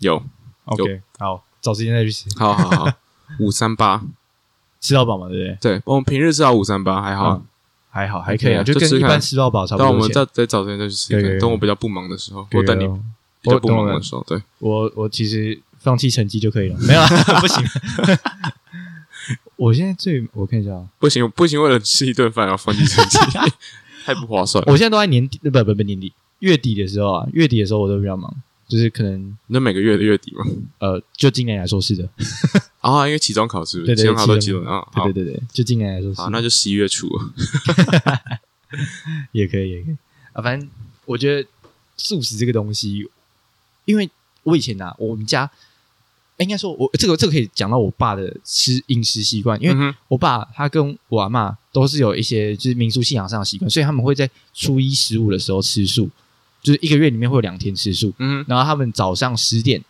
[SPEAKER 2] 有。
[SPEAKER 1] ，OK，好，找时间再去吃，
[SPEAKER 2] 好好好， 五三八，
[SPEAKER 1] 吃到饱嘛，对不对？
[SPEAKER 2] 对我们平日吃到五三八还好
[SPEAKER 1] 嗯，还好，还可以啊，
[SPEAKER 2] 还可以啊
[SPEAKER 1] 就
[SPEAKER 2] 就
[SPEAKER 1] 跟
[SPEAKER 2] 吃
[SPEAKER 1] 一
[SPEAKER 2] 看
[SPEAKER 1] 般吃到饱差不
[SPEAKER 2] 但我
[SPEAKER 1] 多
[SPEAKER 2] 们
[SPEAKER 1] 钱。
[SPEAKER 2] 再再找时间再去吃一
[SPEAKER 1] 有有
[SPEAKER 2] 顿。
[SPEAKER 1] 有
[SPEAKER 2] 等我比较不忙的时候，我等你
[SPEAKER 1] 有有
[SPEAKER 2] 比较不
[SPEAKER 1] 我
[SPEAKER 2] 忙
[SPEAKER 1] 懂
[SPEAKER 2] 的
[SPEAKER 1] 了
[SPEAKER 2] 时候，对，
[SPEAKER 1] 我我其实放弃成绩就可以了，没有啊 不行。我现在最我看一下，啊，
[SPEAKER 2] 不行不行，为了吃一顿饭要放弃成 绩，太不划算了。
[SPEAKER 1] 我现在都在年底，不不不年底月底的时候啊，月底的时候我都比较忙，就是可能
[SPEAKER 2] 那每个月的月底嘛，
[SPEAKER 1] 呃，就今年来说是的，
[SPEAKER 2] 啊，因为期中考试，
[SPEAKER 1] 对对
[SPEAKER 2] 期中考都期
[SPEAKER 1] 期
[SPEAKER 2] 中
[SPEAKER 1] 中
[SPEAKER 2] 啊，好
[SPEAKER 1] 对对对对，就今年来说是
[SPEAKER 2] 好，那就十一月初了。
[SPEAKER 1] 也可以，也可以啊。反正我觉得素食这个东西，因为我以前啊，我们家哎应该说我这个这个可以讲到我爸的吃饮食习惯，因为
[SPEAKER 2] 为
[SPEAKER 1] 我爸他跟我阿妈都是有一些就是民俗信仰上的习惯，所以他们会在初一十五的时候吃素，就是一个月里面会有两天吃素。
[SPEAKER 2] 嗯哼，
[SPEAKER 1] 然后他们早上十点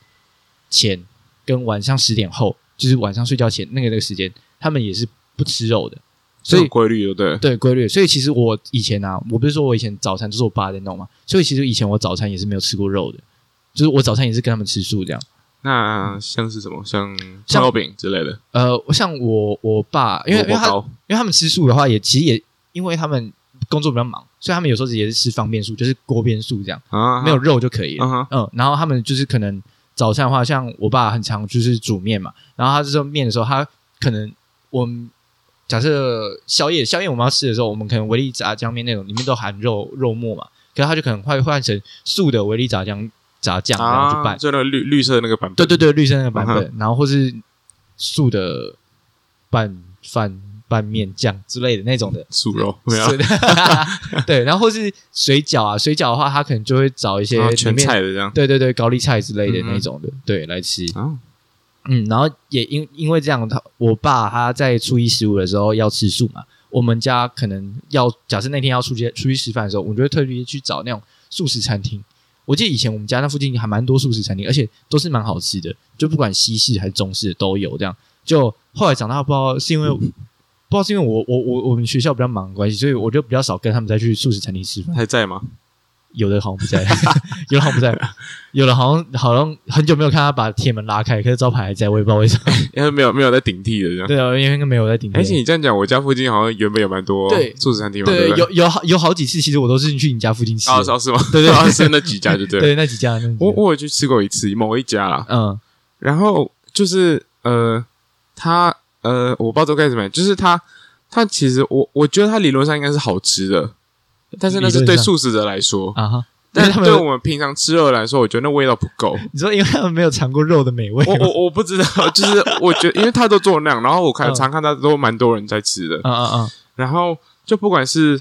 [SPEAKER 1] 前跟晚上十点后，就是晚上睡觉前那个那个时间，他们也是不吃肉的。所
[SPEAKER 2] 所
[SPEAKER 1] 以
[SPEAKER 2] 以规律就对了。
[SPEAKER 1] 对规律。所以其实我以前啊，我不是说我以前早餐就是我爸在弄嘛，所以其实以前我早餐也是没有吃过肉的，就是我早餐也是跟他们吃素这样。
[SPEAKER 2] 那像是什么，像
[SPEAKER 1] 像
[SPEAKER 2] 葱油饼之类的，
[SPEAKER 1] 呃，像我我爸，因为因为
[SPEAKER 2] 萝卜
[SPEAKER 1] 他
[SPEAKER 2] 糕
[SPEAKER 1] 因为他们吃素的话也，其实也因为他们工作比较忙，所以他们有时候也是吃方便素，就是锅边素这样，
[SPEAKER 2] 啊
[SPEAKER 1] 没有肉就可以了。
[SPEAKER 2] 嗯哼
[SPEAKER 1] 嗯，然后他们就是可能早餐的话，像我爸很常就是煮面嘛，然后他这时候面的时候，他可能我们假设宵夜宵夜我们要吃的时候，我们可能维力炸酱面那种里面都含肉肉末嘛，可是他就可能会换成素的维力炸酱炸酱然后去
[SPEAKER 2] 啊，
[SPEAKER 1] 拌，
[SPEAKER 2] 就那个绿绿色的那个版本，
[SPEAKER 1] 对对对，绿色那个版本，
[SPEAKER 2] 嗯
[SPEAKER 1] 然后或是素的拌饭拌面酱之类的那种的，
[SPEAKER 2] 素肉没有啊
[SPEAKER 1] 是，的 对，然后或是水饺啊，水饺的话，他可能就会找一些
[SPEAKER 2] 然后
[SPEAKER 1] 里
[SPEAKER 2] 啊全
[SPEAKER 1] 面
[SPEAKER 2] 菜的这样
[SPEAKER 1] 对对对，高丽菜之类的
[SPEAKER 2] 嗯哼
[SPEAKER 1] 那种的，对，来吃。
[SPEAKER 2] 啊，
[SPEAKER 1] 嗯，然后也因因为这样，他我爸他在初一十五的时候要吃素嘛，我们家可能要假设那天要出去出去吃饭的时候，我们就会特地去找那种素食餐厅。我记得以前我们家那附近还蛮多素食餐厅，而且都是蛮好吃的，就不管西式还是中式的都有。这样，就后来长大不知道是因为不知道是因为我我我我们学校比较忙的关系，所以我就比较少跟他们再去素食餐厅吃饭。
[SPEAKER 2] 还在吗？
[SPEAKER 1] 有的好像不在， 有的好像不在，有的好像好像很久没有看他把铁门拉开，可是招牌还在，我也不知道为什 么。
[SPEAKER 2] 因哎为没有没有在顶替的这样。
[SPEAKER 1] 对啊，因为应该没有在顶
[SPEAKER 2] 而
[SPEAKER 1] 天。
[SPEAKER 2] 且你这样讲，我家附近好像原本有蛮多
[SPEAKER 1] 对
[SPEAKER 2] 素食餐厅嘛，
[SPEAKER 1] 对
[SPEAKER 2] 不对？
[SPEAKER 1] 有有好有好几次，其实我都是去你家附近吃的。
[SPEAKER 2] 啊，是啊是吗？
[SPEAKER 1] 对对
[SPEAKER 2] 啊，是那几家就对了。
[SPEAKER 1] 对那几家，那几家
[SPEAKER 2] 我我有去吃过一次某一家啦，
[SPEAKER 1] 嗯
[SPEAKER 2] 然后就是呃，它呃，我不知道该怎么样，就是它它其实我我觉得它理论上应该是好吃的，但是那是
[SPEAKER 1] 理
[SPEAKER 2] 对
[SPEAKER 1] 论上
[SPEAKER 2] 素食者来说，
[SPEAKER 1] 啊哈，
[SPEAKER 2] 但
[SPEAKER 1] 但
[SPEAKER 2] 是
[SPEAKER 1] 他
[SPEAKER 2] 对
[SPEAKER 1] 们
[SPEAKER 2] 我们平常吃肉来说，我觉得那味道不够。
[SPEAKER 1] 你说因为他们没有尝过肉的美味
[SPEAKER 2] 我
[SPEAKER 1] 吗，
[SPEAKER 2] 我我不知道， 就是我觉得，因为他都做那样，然后我看
[SPEAKER 1] 嗯
[SPEAKER 2] 常看他都蛮多人在吃的，
[SPEAKER 1] 啊啊啊
[SPEAKER 2] 然后就不管是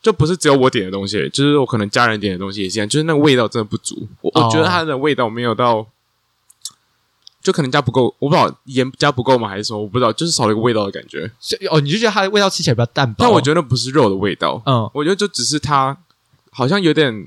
[SPEAKER 2] 就不是只有我点的东西，就是我可能家人点的东西也是一样，就是那个味道真的不足。我我
[SPEAKER 1] 哦
[SPEAKER 2] 觉得它的味道没有到，就可能加不够，我不知道盐加不够吗还是什么，我不知道，就是少了一个味道的感觉。
[SPEAKER 1] 所以哦，你就觉得它的味道吃起来比较淡薄。
[SPEAKER 2] 但我觉得那不是肉的味道，
[SPEAKER 1] 哦嗯
[SPEAKER 2] 我觉得就只是它好像有点。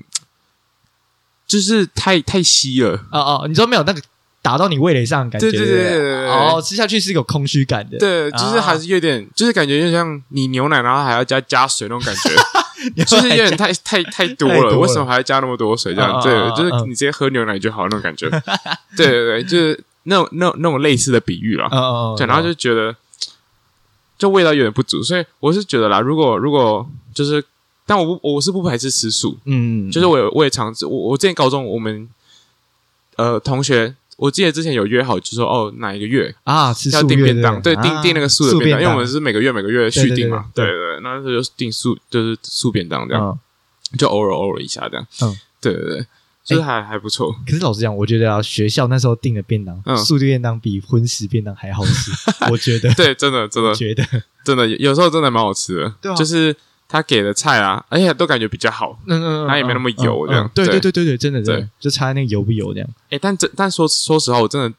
[SPEAKER 2] 就是太太稀了，
[SPEAKER 1] 哦哦，你说没有那个打到你味蕾上的感觉，
[SPEAKER 2] 对对
[SPEAKER 1] 对
[SPEAKER 2] 对
[SPEAKER 1] 不
[SPEAKER 2] 对对对
[SPEAKER 1] 哦，吃下去是有空虚感的，
[SPEAKER 2] 对，就是还是有点，就是感觉就像你牛奶，然后还要加加水那种感觉，就是有点太太太多
[SPEAKER 1] 太多了
[SPEAKER 2] 了，为什么还要加那么多水？这
[SPEAKER 1] 嗯
[SPEAKER 2] 样
[SPEAKER 1] 嗯
[SPEAKER 2] 对
[SPEAKER 1] 嗯，
[SPEAKER 2] 就是
[SPEAKER 1] 嗯
[SPEAKER 2] 你直接喝牛奶就好那种感觉。对对对，就是那种那种那种类似的比喻啦。
[SPEAKER 1] 哦，
[SPEAKER 2] 对，然后就觉得就味道有点不足，所以我是觉得啦，如果如果就是，但我不我是不排斥吃素，
[SPEAKER 1] 嗯，
[SPEAKER 2] 就是我有我也尝试，我我之前高中我们呃同学，我记得之前有约好，就说哦哪一个月
[SPEAKER 1] 啊，吃
[SPEAKER 2] 要
[SPEAKER 1] 素
[SPEAKER 2] 订
[SPEAKER 1] 月
[SPEAKER 2] 便当，对，订
[SPEAKER 1] 啊
[SPEAKER 2] 订那个素的
[SPEAKER 1] 素
[SPEAKER 2] 便当，因为我
[SPEAKER 1] 当
[SPEAKER 2] 们是每个月每个月续订嘛，
[SPEAKER 1] 对
[SPEAKER 2] 对
[SPEAKER 1] 对
[SPEAKER 2] 对，那时候就订素就是素便当这样，
[SPEAKER 1] 嗯
[SPEAKER 2] 就偶尔偶尔一下这样
[SPEAKER 1] 嗯，哎
[SPEAKER 2] 对对对，就是还还不错，
[SPEAKER 1] 可是老实讲，我觉得啊，学校那时候订的便当，
[SPEAKER 2] 嗯
[SPEAKER 1] 素的便当比荤食便当还好 吃，我觉得，
[SPEAKER 2] 对，真的真的
[SPEAKER 1] 我觉得，
[SPEAKER 2] 真的有时候真的蛮好吃的，
[SPEAKER 1] 对啊
[SPEAKER 2] 就是他给的菜啊，而且都感觉比较好。
[SPEAKER 1] 嗯嗯，
[SPEAKER 2] 它也没那么油
[SPEAKER 1] 嗯
[SPEAKER 2] 这样
[SPEAKER 1] 嗯对对
[SPEAKER 2] 对
[SPEAKER 1] 对对对，真的真的
[SPEAKER 2] 对，
[SPEAKER 1] 就差那个油不油这样。
[SPEAKER 2] 哎、但这但说说实话，我真的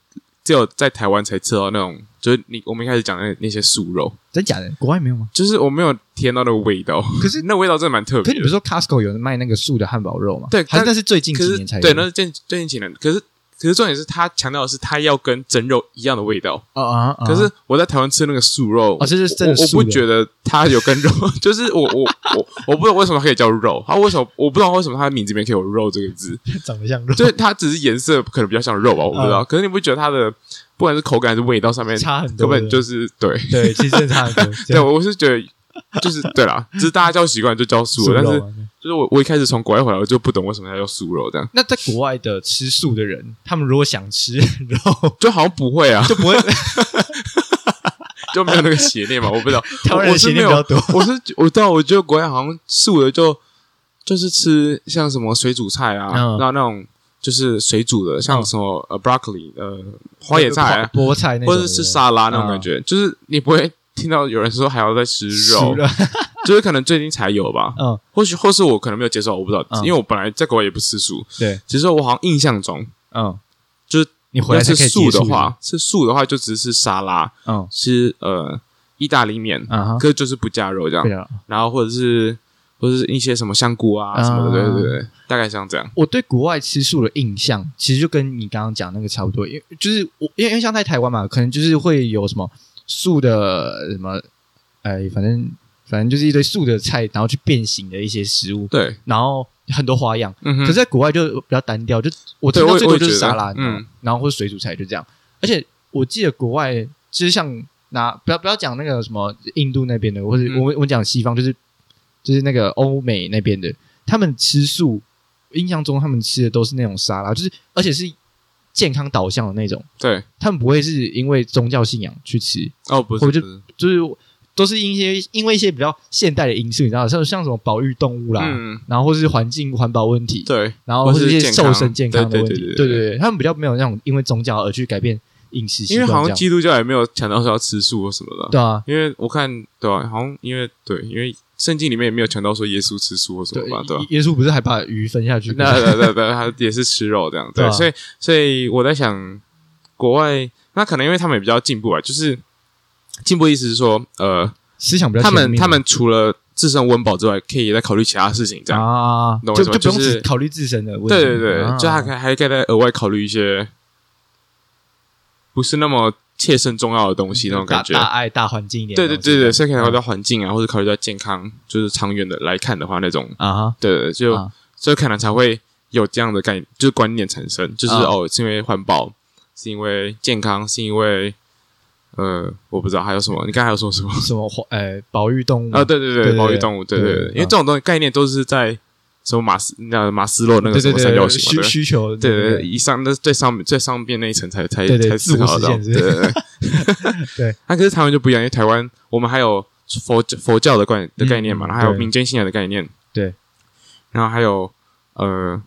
[SPEAKER 2] 只有在台湾才吃到那种，就是你我们一开始讲的那那些素肉，
[SPEAKER 1] 真假的？国外没有吗？
[SPEAKER 2] 就是我没有体验到那个味道，
[SPEAKER 1] 可是
[SPEAKER 2] 那味道真的蛮特
[SPEAKER 1] 可
[SPEAKER 2] 别
[SPEAKER 1] 是你不是
[SPEAKER 2] 的。
[SPEAKER 1] 说 Costco 有卖那个素的汉堡肉吗？
[SPEAKER 2] 对
[SPEAKER 1] 还是
[SPEAKER 2] 但
[SPEAKER 1] 那是最近
[SPEAKER 2] 可
[SPEAKER 1] 几
[SPEAKER 2] 是
[SPEAKER 1] 年才有
[SPEAKER 2] 对，那是最最近几年，可是可是重点是他强调的是他要跟真肉一样的味道。
[SPEAKER 1] 啊啊！啊
[SPEAKER 2] 可是我在台湾吃那个素肉，
[SPEAKER 1] 哦这是真的
[SPEAKER 2] 我我
[SPEAKER 1] 素
[SPEAKER 2] 不
[SPEAKER 1] 的
[SPEAKER 2] 觉得它有跟肉， 就是我我我我不知道为什么它可以叫肉，它为什么我不知道为什么它的名字里面可以有肉这个字，
[SPEAKER 1] 长得像肉，
[SPEAKER 2] 就是它只是颜色可能比较像肉吧，我不知道。可是你不觉得它的不管是口感还是味道上面
[SPEAKER 1] 啊差很
[SPEAKER 2] 根
[SPEAKER 1] 多，
[SPEAKER 2] 本就是是对
[SPEAKER 1] 对，其实真的差很 多。
[SPEAKER 2] 对，我是觉得就是对啦，只是大家叫习惯就叫素了，但是
[SPEAKER 1] 是
[SPEAKER 2] 就是我我一开始从国外回来，我就不懂为什么要叫素肉这样，
[SPEAKER 1] 啊那在国外的吃素的人，他们如果想吃肉，
[SPEAKER 2] 就好像不会啊，
[SPEAKER 1] 就 不会，
[SPEAKER 2] 就没有那个邪念嘛，我不知道
[SPEAKER 1] 台湾人
[SPEAKER 2] 我我
[SPEAKER 1] 邪
[SPEAKER 2] 是没
[SPEAKER 1] 念比
[SPEAKER 2] 有
[SPEAKER 1] 较多。
[SPEAKER 2] 我是我对啊，我觉得国外好像素的就就是吃像什么水煮菜啊，
[SPEAKER 1] 嗯
[SPEAKER 2] 然后那种就是水煮的，像
[SPEAKER 1] 嗯
[SPEAKER 2] 什么呃 broccoli 呃花野菜、啊，
[SPEAKER 1] 菠菜那种
[SPEAKER 2] 或
[SPEAKER 1] 的，
[SPEAKER 2] 者是吃沙拉那种感觉，就是你不会听到有人说还要再吃肉，
[SPEAKER 1] 吃肉
[SPEAKER 2] 就是可能最近才有吧，
[SPEAKER 1] 嗯，
[SPEAKER 2] 或许或是我可能没有接受，我不知道，
[SPEAKER 1] 嗯
[SPEAKER 2] 因为我本来在国外也不吃素，
[SPEAKER 1] 对，
[SPEAKER 2] 只是我好像印象中。
[SPEAKER 1] 嗯，
[SPEAKER 2] 就是
[SPEAKER 1] 你回来才
[SPEAKER 2] 是
[SPEAKER 1] 可以
[SPEAKER 2] 素
[SPEAKER 1] 结
[SPEAKER 2] 的
[SPEAKER 1] 束
[SPEAKER 2] 话，吃素的话就只是吃沙拉，
[SPEAKER 1] 是吗，
[SPEAKER 2] 吃呃意大利面
[SPEAKER 1] 嗯，啊哈，
[SPEAKER 2] 可是就是不加肉这样
[SPEAKER 1] 对。啊。
[SPEAKER 2] 然后或者是或者是一些什么香菇啊
[SPEAKER 1] 啊
[SPEAKER 2] 什么的，对对对，大概像这样。
[SPEAKER 1] 我对国外吃素的印象，其实就跟你刚刚讲那个差不多，因为就是我因为因为像在台湾嘛，可能就是会有什么素的什么，哎，反正反正就是一堆素的菜，然后去变形的一些食物，
[SPEAKER 2] 对，
[SPEAKER 1] 然后很多花样。
[SPEAKER 2] 嗯哼，
[SPEAKER 1] 可是在国外就比较单调，就我
[SPEAKER 2] 对
[SPEAKER 1] 听到
[SPEAKER 2] 我
[SPEAKER 1] 最
[SPEAKER 2] 我
[SPEAKER 1] 多
[SPEAKER 2] 也
[SPEAKER 1] 就是
[SPEAKER 2] 觉得
[SPEAKER 1] 沙拉，
[SPEAKER 2] 嗯
[SPEAKER 1] 然后或者水煮菜就这样。而且我记得国外就是像拿不要不要讲那个什么印度那边的，或者
[SPEAKER 2] 嗯
[SPEAKER 1] 我们我们讲西方，就是就是那个欧美那边的，他们吃素，印象中他们吃的都是那种沙拉，就是而且是健康导向的那种，
[SPEAKER 2] 对，
[SPEAKER 1] 他们不会是因为宗教信仰去吃，
[SPEAKER 2] 哦不是，
[SPEAKER 1] 我就
[SPEAKER 2] 不是
[SPEAKER 1] 就是都是因一些因为一些比较现代的因素，你知道像像什么保育动物啦。
[SPEAKER 2] 嗯，
[SPEAKER 1] 然后或是环境环保问题，
[SPEAKER 2] 对，
[SPEAKER 1] 然后
[SPEAKER 2] 或
[SPEAKER 1] 或者一
[SPEAKER 2] 是
[SPEAKER 1] 些
[SPEAKER 2] 健
[SPEAKER 1] 瘦
[SPEAKER 2] 康
[SPEAKER 1] 身健康的
[SPEAKER 2] 对对
[SPEAKER 1] 问题，
[SPEAKER 2] 对
[SPEAKER 1] 对
[SPEAKER 2] 对对
[SPEAKER 1] 对，他们比较没有那种因为宗教而去改变饮食习
[SPEAKER 2] 因为
[SPEAKER 1] 惯这样，
[SPEAKER 2] 好像基督教也没有强调说要吃素或什么的，
[SPEAKER 1] 对啊，
[SPEAKER 2] 因为我看对啊，好像因为对，因为圣经里面也没有强调说耶稣吃素或什么吧，对吧啊
[SPEAKER 1] 耶？啊耶稣不是还把鱼分下去？
[SPEAKER 2] 那对对对，他也是吃肉这样，
[SPEAKER 1] 对啊
[SPEAKER 2] 对，所以所以我在想，国外那可能因为他们也比较进步啊，就是进步的意思是说，呃，
[SPEAKER 1] 思想比较
[SPEAKER 2] 他
[SPEAKER 1] 前
[SPEAKER 2] 们
[SPEAKER 1] 面
[SPEAKER 2] 他们除了自身温饱之外，可以再考虑其他事情，这样。
[SPEAKER 1] 啊，
[SPEAKER 2] 懂我
[SPEAKER 1] 就
[SPEAKER 2] 意思吗
[SPEAKER 1] 就不用
[SPEAKER 2] 就是
[SPEAKER 1] 只考虑自身的问题，
[SPEAKER 2] 对对对，
[SPEAKER 1] 啊
[SPEAKER 2] 就他还还可以再额外考虑一些不是那么切身重要的东西那种感觉
[SPEAKER 1] 大。大爱大环境一点
[SPEAKER 2] 对
[SPEAKER 1] 的
[SPEAKER 2] 对
[SPEAKER 1] 东西，
[SPEAKER 2] 对对，所以可以考虑
[SPEAKER 1] 啊
[SPEAKER 2] 到环境啊，或者考虑到健康，就是长远的来看的话，那种
[SPEAKER 1] 啊哈，
[SPEAKER 2] 对对，就、
[SPEAKER 1] 啊
[SPEAKER 2] 所以可能才会有这样的概念，就是观念产生，就是、
[SPEAKER 1] 啊
[SPEAKER 2] 哦，是因为环保，是因为健康，是因为呃，我不知道还有什么，你刚才还有说什么？
[SPEAKER 1] 什么呃保育动物
[SPEAKER 2] 啊，对对
[SPEAKER 1] 对
[SPEAKER 2] 对，
[SPEAKER 1] 对
[SPEAKER 2] 保育动物，对
[SPEAKER 1] 对
[SPEAKER 2] 对
[SPEAKER 1] 对
[SPEAKER 2] 对，
[SPEAKER 1] 嗯
[SPEAKER 2] 因为这种东西概念都是在什么马斯那马斯洛那个
[SPEAKER 1] 对对
[SPEAKER 2] 什么
[SPEAKER 1] 对
[SPEAKER 2] 三角
[SPEAKER 1] 对
[SPEAKER 2] 形
[SPEAKER 1] 需
[SPEAKER 2] 嘛，
[SPEAKER 1] 需求
[SPEAKER 2] 对对对对，以上那最上面最上面那一层才才
[SPEAKER 1] 对对
[SPEAKER 2] 才
[SPEAKER 1] 自
[SPEAKER 2] 思
[SPEAKER 1] 我
[SPEAKER 2] 考
[SPEAKER 1] 实
[SPEAKER 2] 得到，
[SPEAKER 1] 现
[SPEAKER 2] 对
[SPEAKER 1] 是不。
[SPEAKER 2] 对对
[SPEAKER 1] 对
[SPEAKER 2] 那可是台湾就不一样，因为台湾我们还有佛佛教的概的概念嘛，
[SPEAKER 1] 嗯
[SPEAKER 2] 然后还有
[SPEAKER 1] 对
[SPEAKER 2] 民间信仰的概念，
[SPEAKER 1] 对，
[SPEAKER 2] 然后还有呃。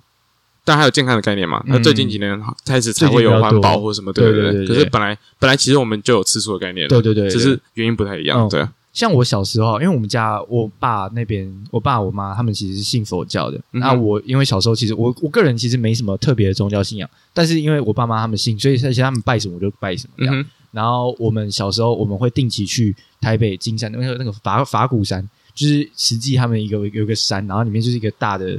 [SPEAKER 2] 但还有健康的概念嘛？
[SPEAKER 1] 嗯
[SPEAKER 2] 那最近几年开始才
[SPEAKER 1] 最近
[SPEAKER 2] 会
[SPEAKER 1] 比
[SPEAKER 2] 有
[SPEAKER 1] 较
[SPEAKER 2] 环保
[SPEAKER 1] 多
[SPEAKER 2] 或什么，
[SPEAKER 1] 对
[SPEAKER 2] 对
[SPEAKER 1] 对对
[SPEAKER 2] 对。可
[SPEAKER 1] 对
[SPEAKER 2] 是本来本来其实我们就有吃素的概念，
[SPEAKER 1] 对对对，对
[SPEAKER 2] 只是原因不太一
[SPEAKER 1] 嗯
[SPEAKER 2] 样，对啊。
[SPEAKER 1] 像我小时候，因为我们家我爸那边，我爸我妈他们其实是信佛教的。
[SPEAKER 2] 嗯哼
[SPEAKER 1] 那我因为小时候其实我我个人其实没什么特别的宗教信仰，但是因为我爸妈他们信，所以而且他们拜什么我就拜什么这
[SPEAKER 2] 嗯
[SPEAKER 1] 样。
[SPEAKER 2] 哼，
[SPEAKER 1] 然后我们小时候我们会定期去台北金山那个那个法法鼓山，就是实际他们一个有一个山，然后里面就是一个大的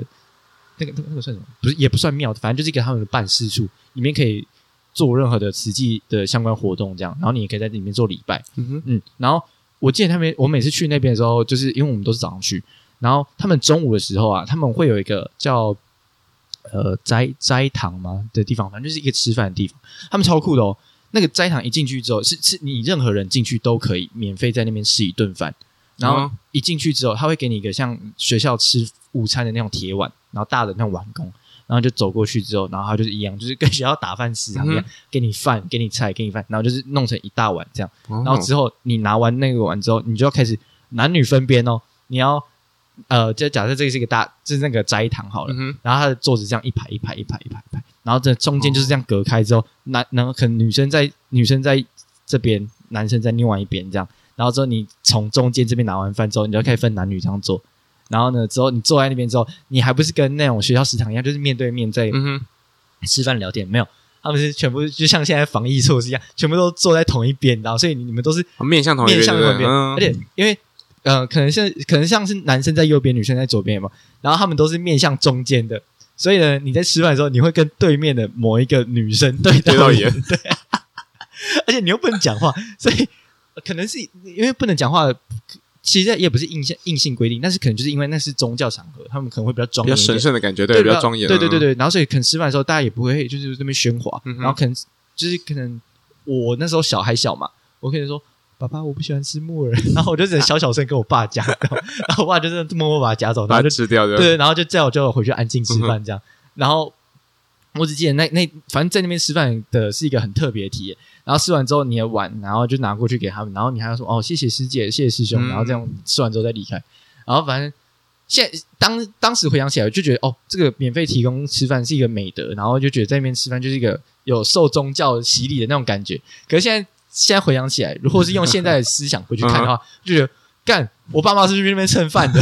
[SPEAKER 1] 那个那个那个算什么？不是也不算庙，反正就是一个他们的办事处，里面可以做任何的实际的相关活动这样，然后你也可以在里面做礼拜。
[SPEAKER 2] 嗯哼，
[SPEAKER 1] 嗯，然后我记得他们，我每次去那边的时候，就是因为我们都是早上去，然后他们中午的时候啊，他们会有一个叫呃斋斋堂吗的地方，反正就是一个吃饭的地方。他们超酷的哦，那个斋堂一进去之后，是是你任何人进去都可以免费在那边吃一顿饭。然后
[SPEAKER 2] 嗯
[SPEAKER 1] 一进去之后，他会给你一个像学校吃午餐的那种铁碗，然后大的那种碗工，然后就走过去之后，然后他就是一样，就是跟学校打饭食堂一样，
[SPEAKER 2] 嗯
[SPEAKER 1] 给你饭，给你菜，给你饭，然后就是弄成一大碗这样。
[SPEAKER 2] 然
[SPEAKER 1] 然后之后你拿完那个碗之后，你就要开始男女分边哦。你要呃，就假设这个是一个大，这是那个斋堂好了，
[SPEAKER 2] 嗯哼，
[SPEAKER 1] 然后他的桌子这样一排一排一排一排一排，然后这中间
[SPEAKER 2] 哦
[SPEAKER 1] 就是这样隔开之后，男然后可能女生在女生在这边，男生在另外一边这样，然后之后你从中间这边拿完饭之后，你就可以分男女这样坐。然后呢，之后你坐在那边之后，你还不是跟那种学校食堂一样，就是面对面在
[SPEAKER 2] 嗯哼，
[SPEAKER 1] 吃饭聊天？没有，他们是全部就像现在防疫措施一样，全部都坐在同一边，然后所以你们都是
[SPEAKER 2] 啊面向同一
[SPEAKER 1] 面
[SPEAKER 2] 边，
[SPEAKER 1] 向
[SPEAKER 2] 对
[SPEAKER 1] 同一
[SPEAKER 2] 不对
[SPEAKER 1] 边，
[SPEAKER 2] 嗯
[SPEAKER 1] 而且因为呃，可能是可能像是男生在右边，女生在左边嘛，然后他们都是面向中间的，所以呢，你在吃饭的时候，你会跟对面的某一个女生对
[SPEAKER 2] 对
[SPEAKER 1] 到
[SPEAKER 2] 到
[SPEAKER 1] 眼
[SPEAKER 2] 眼，
[SPEAKER 1] 对，而且你又不能讲话，所以可能是因为不能讲话。其实也不是硬性硬性规定，但是可能就是因为那是宗教场合，他们可能会比较庄
[SPEAKER 2] 比
[SPEAKER 1] 严
[SPEAKER 2] 较
[SPEAKER 1] 一点
[SPEAKER 2] 神，圣的感觉，
[SPEAKER 1] 对，
[SPEAKER 2] 对，比较庄严，
[SPEAKER 1] 对对对
[SPEAKER 2] 嗯，
[SPEAKER 1] 对，然后所以可能吃饭的时候，大家也不会就是这边喧哗，
[SPEAKER 2] 嗯哼
[SPEAKER 1] 然后可能就是可能我那时候小还小嘛，我可以说。爸爸，我不喜欢吃木耳， 然后我就只能小小声跟我爸讲， 然后然后我爸就真的默默把它夹走，然
[SPEAKER 2] 把
[SPEAKER 1] 后
[SPEAKER 2] 它
[SPEAKER 1] 就
[SPEAKER 2] 吃掉的，
[SPEAKER 1] 对，然后就叫我叫我回去安静吃饭这样。然后我只记得那那反正在那边吃饭的是一个很特别的体验。然后吃完之后你的碗，然后就拿过去给他们，然后你还要说哦谢谢师姐，谢谢师兄，
[SPEAKER 2] 嗯
[SPEAKER 1] 然后这样吃完之后再离开。然后反正现在当当时回想起来，我就觉得哦这个免费提供吃饭是一个美德，然后就觉得在那边吃饭就是一个有受宗教洗礼的那种感觉。可是现在现在回想起来，如果是用现在的思想回去看的话，就觉得干我爸妈是不是去那边蹭饭的？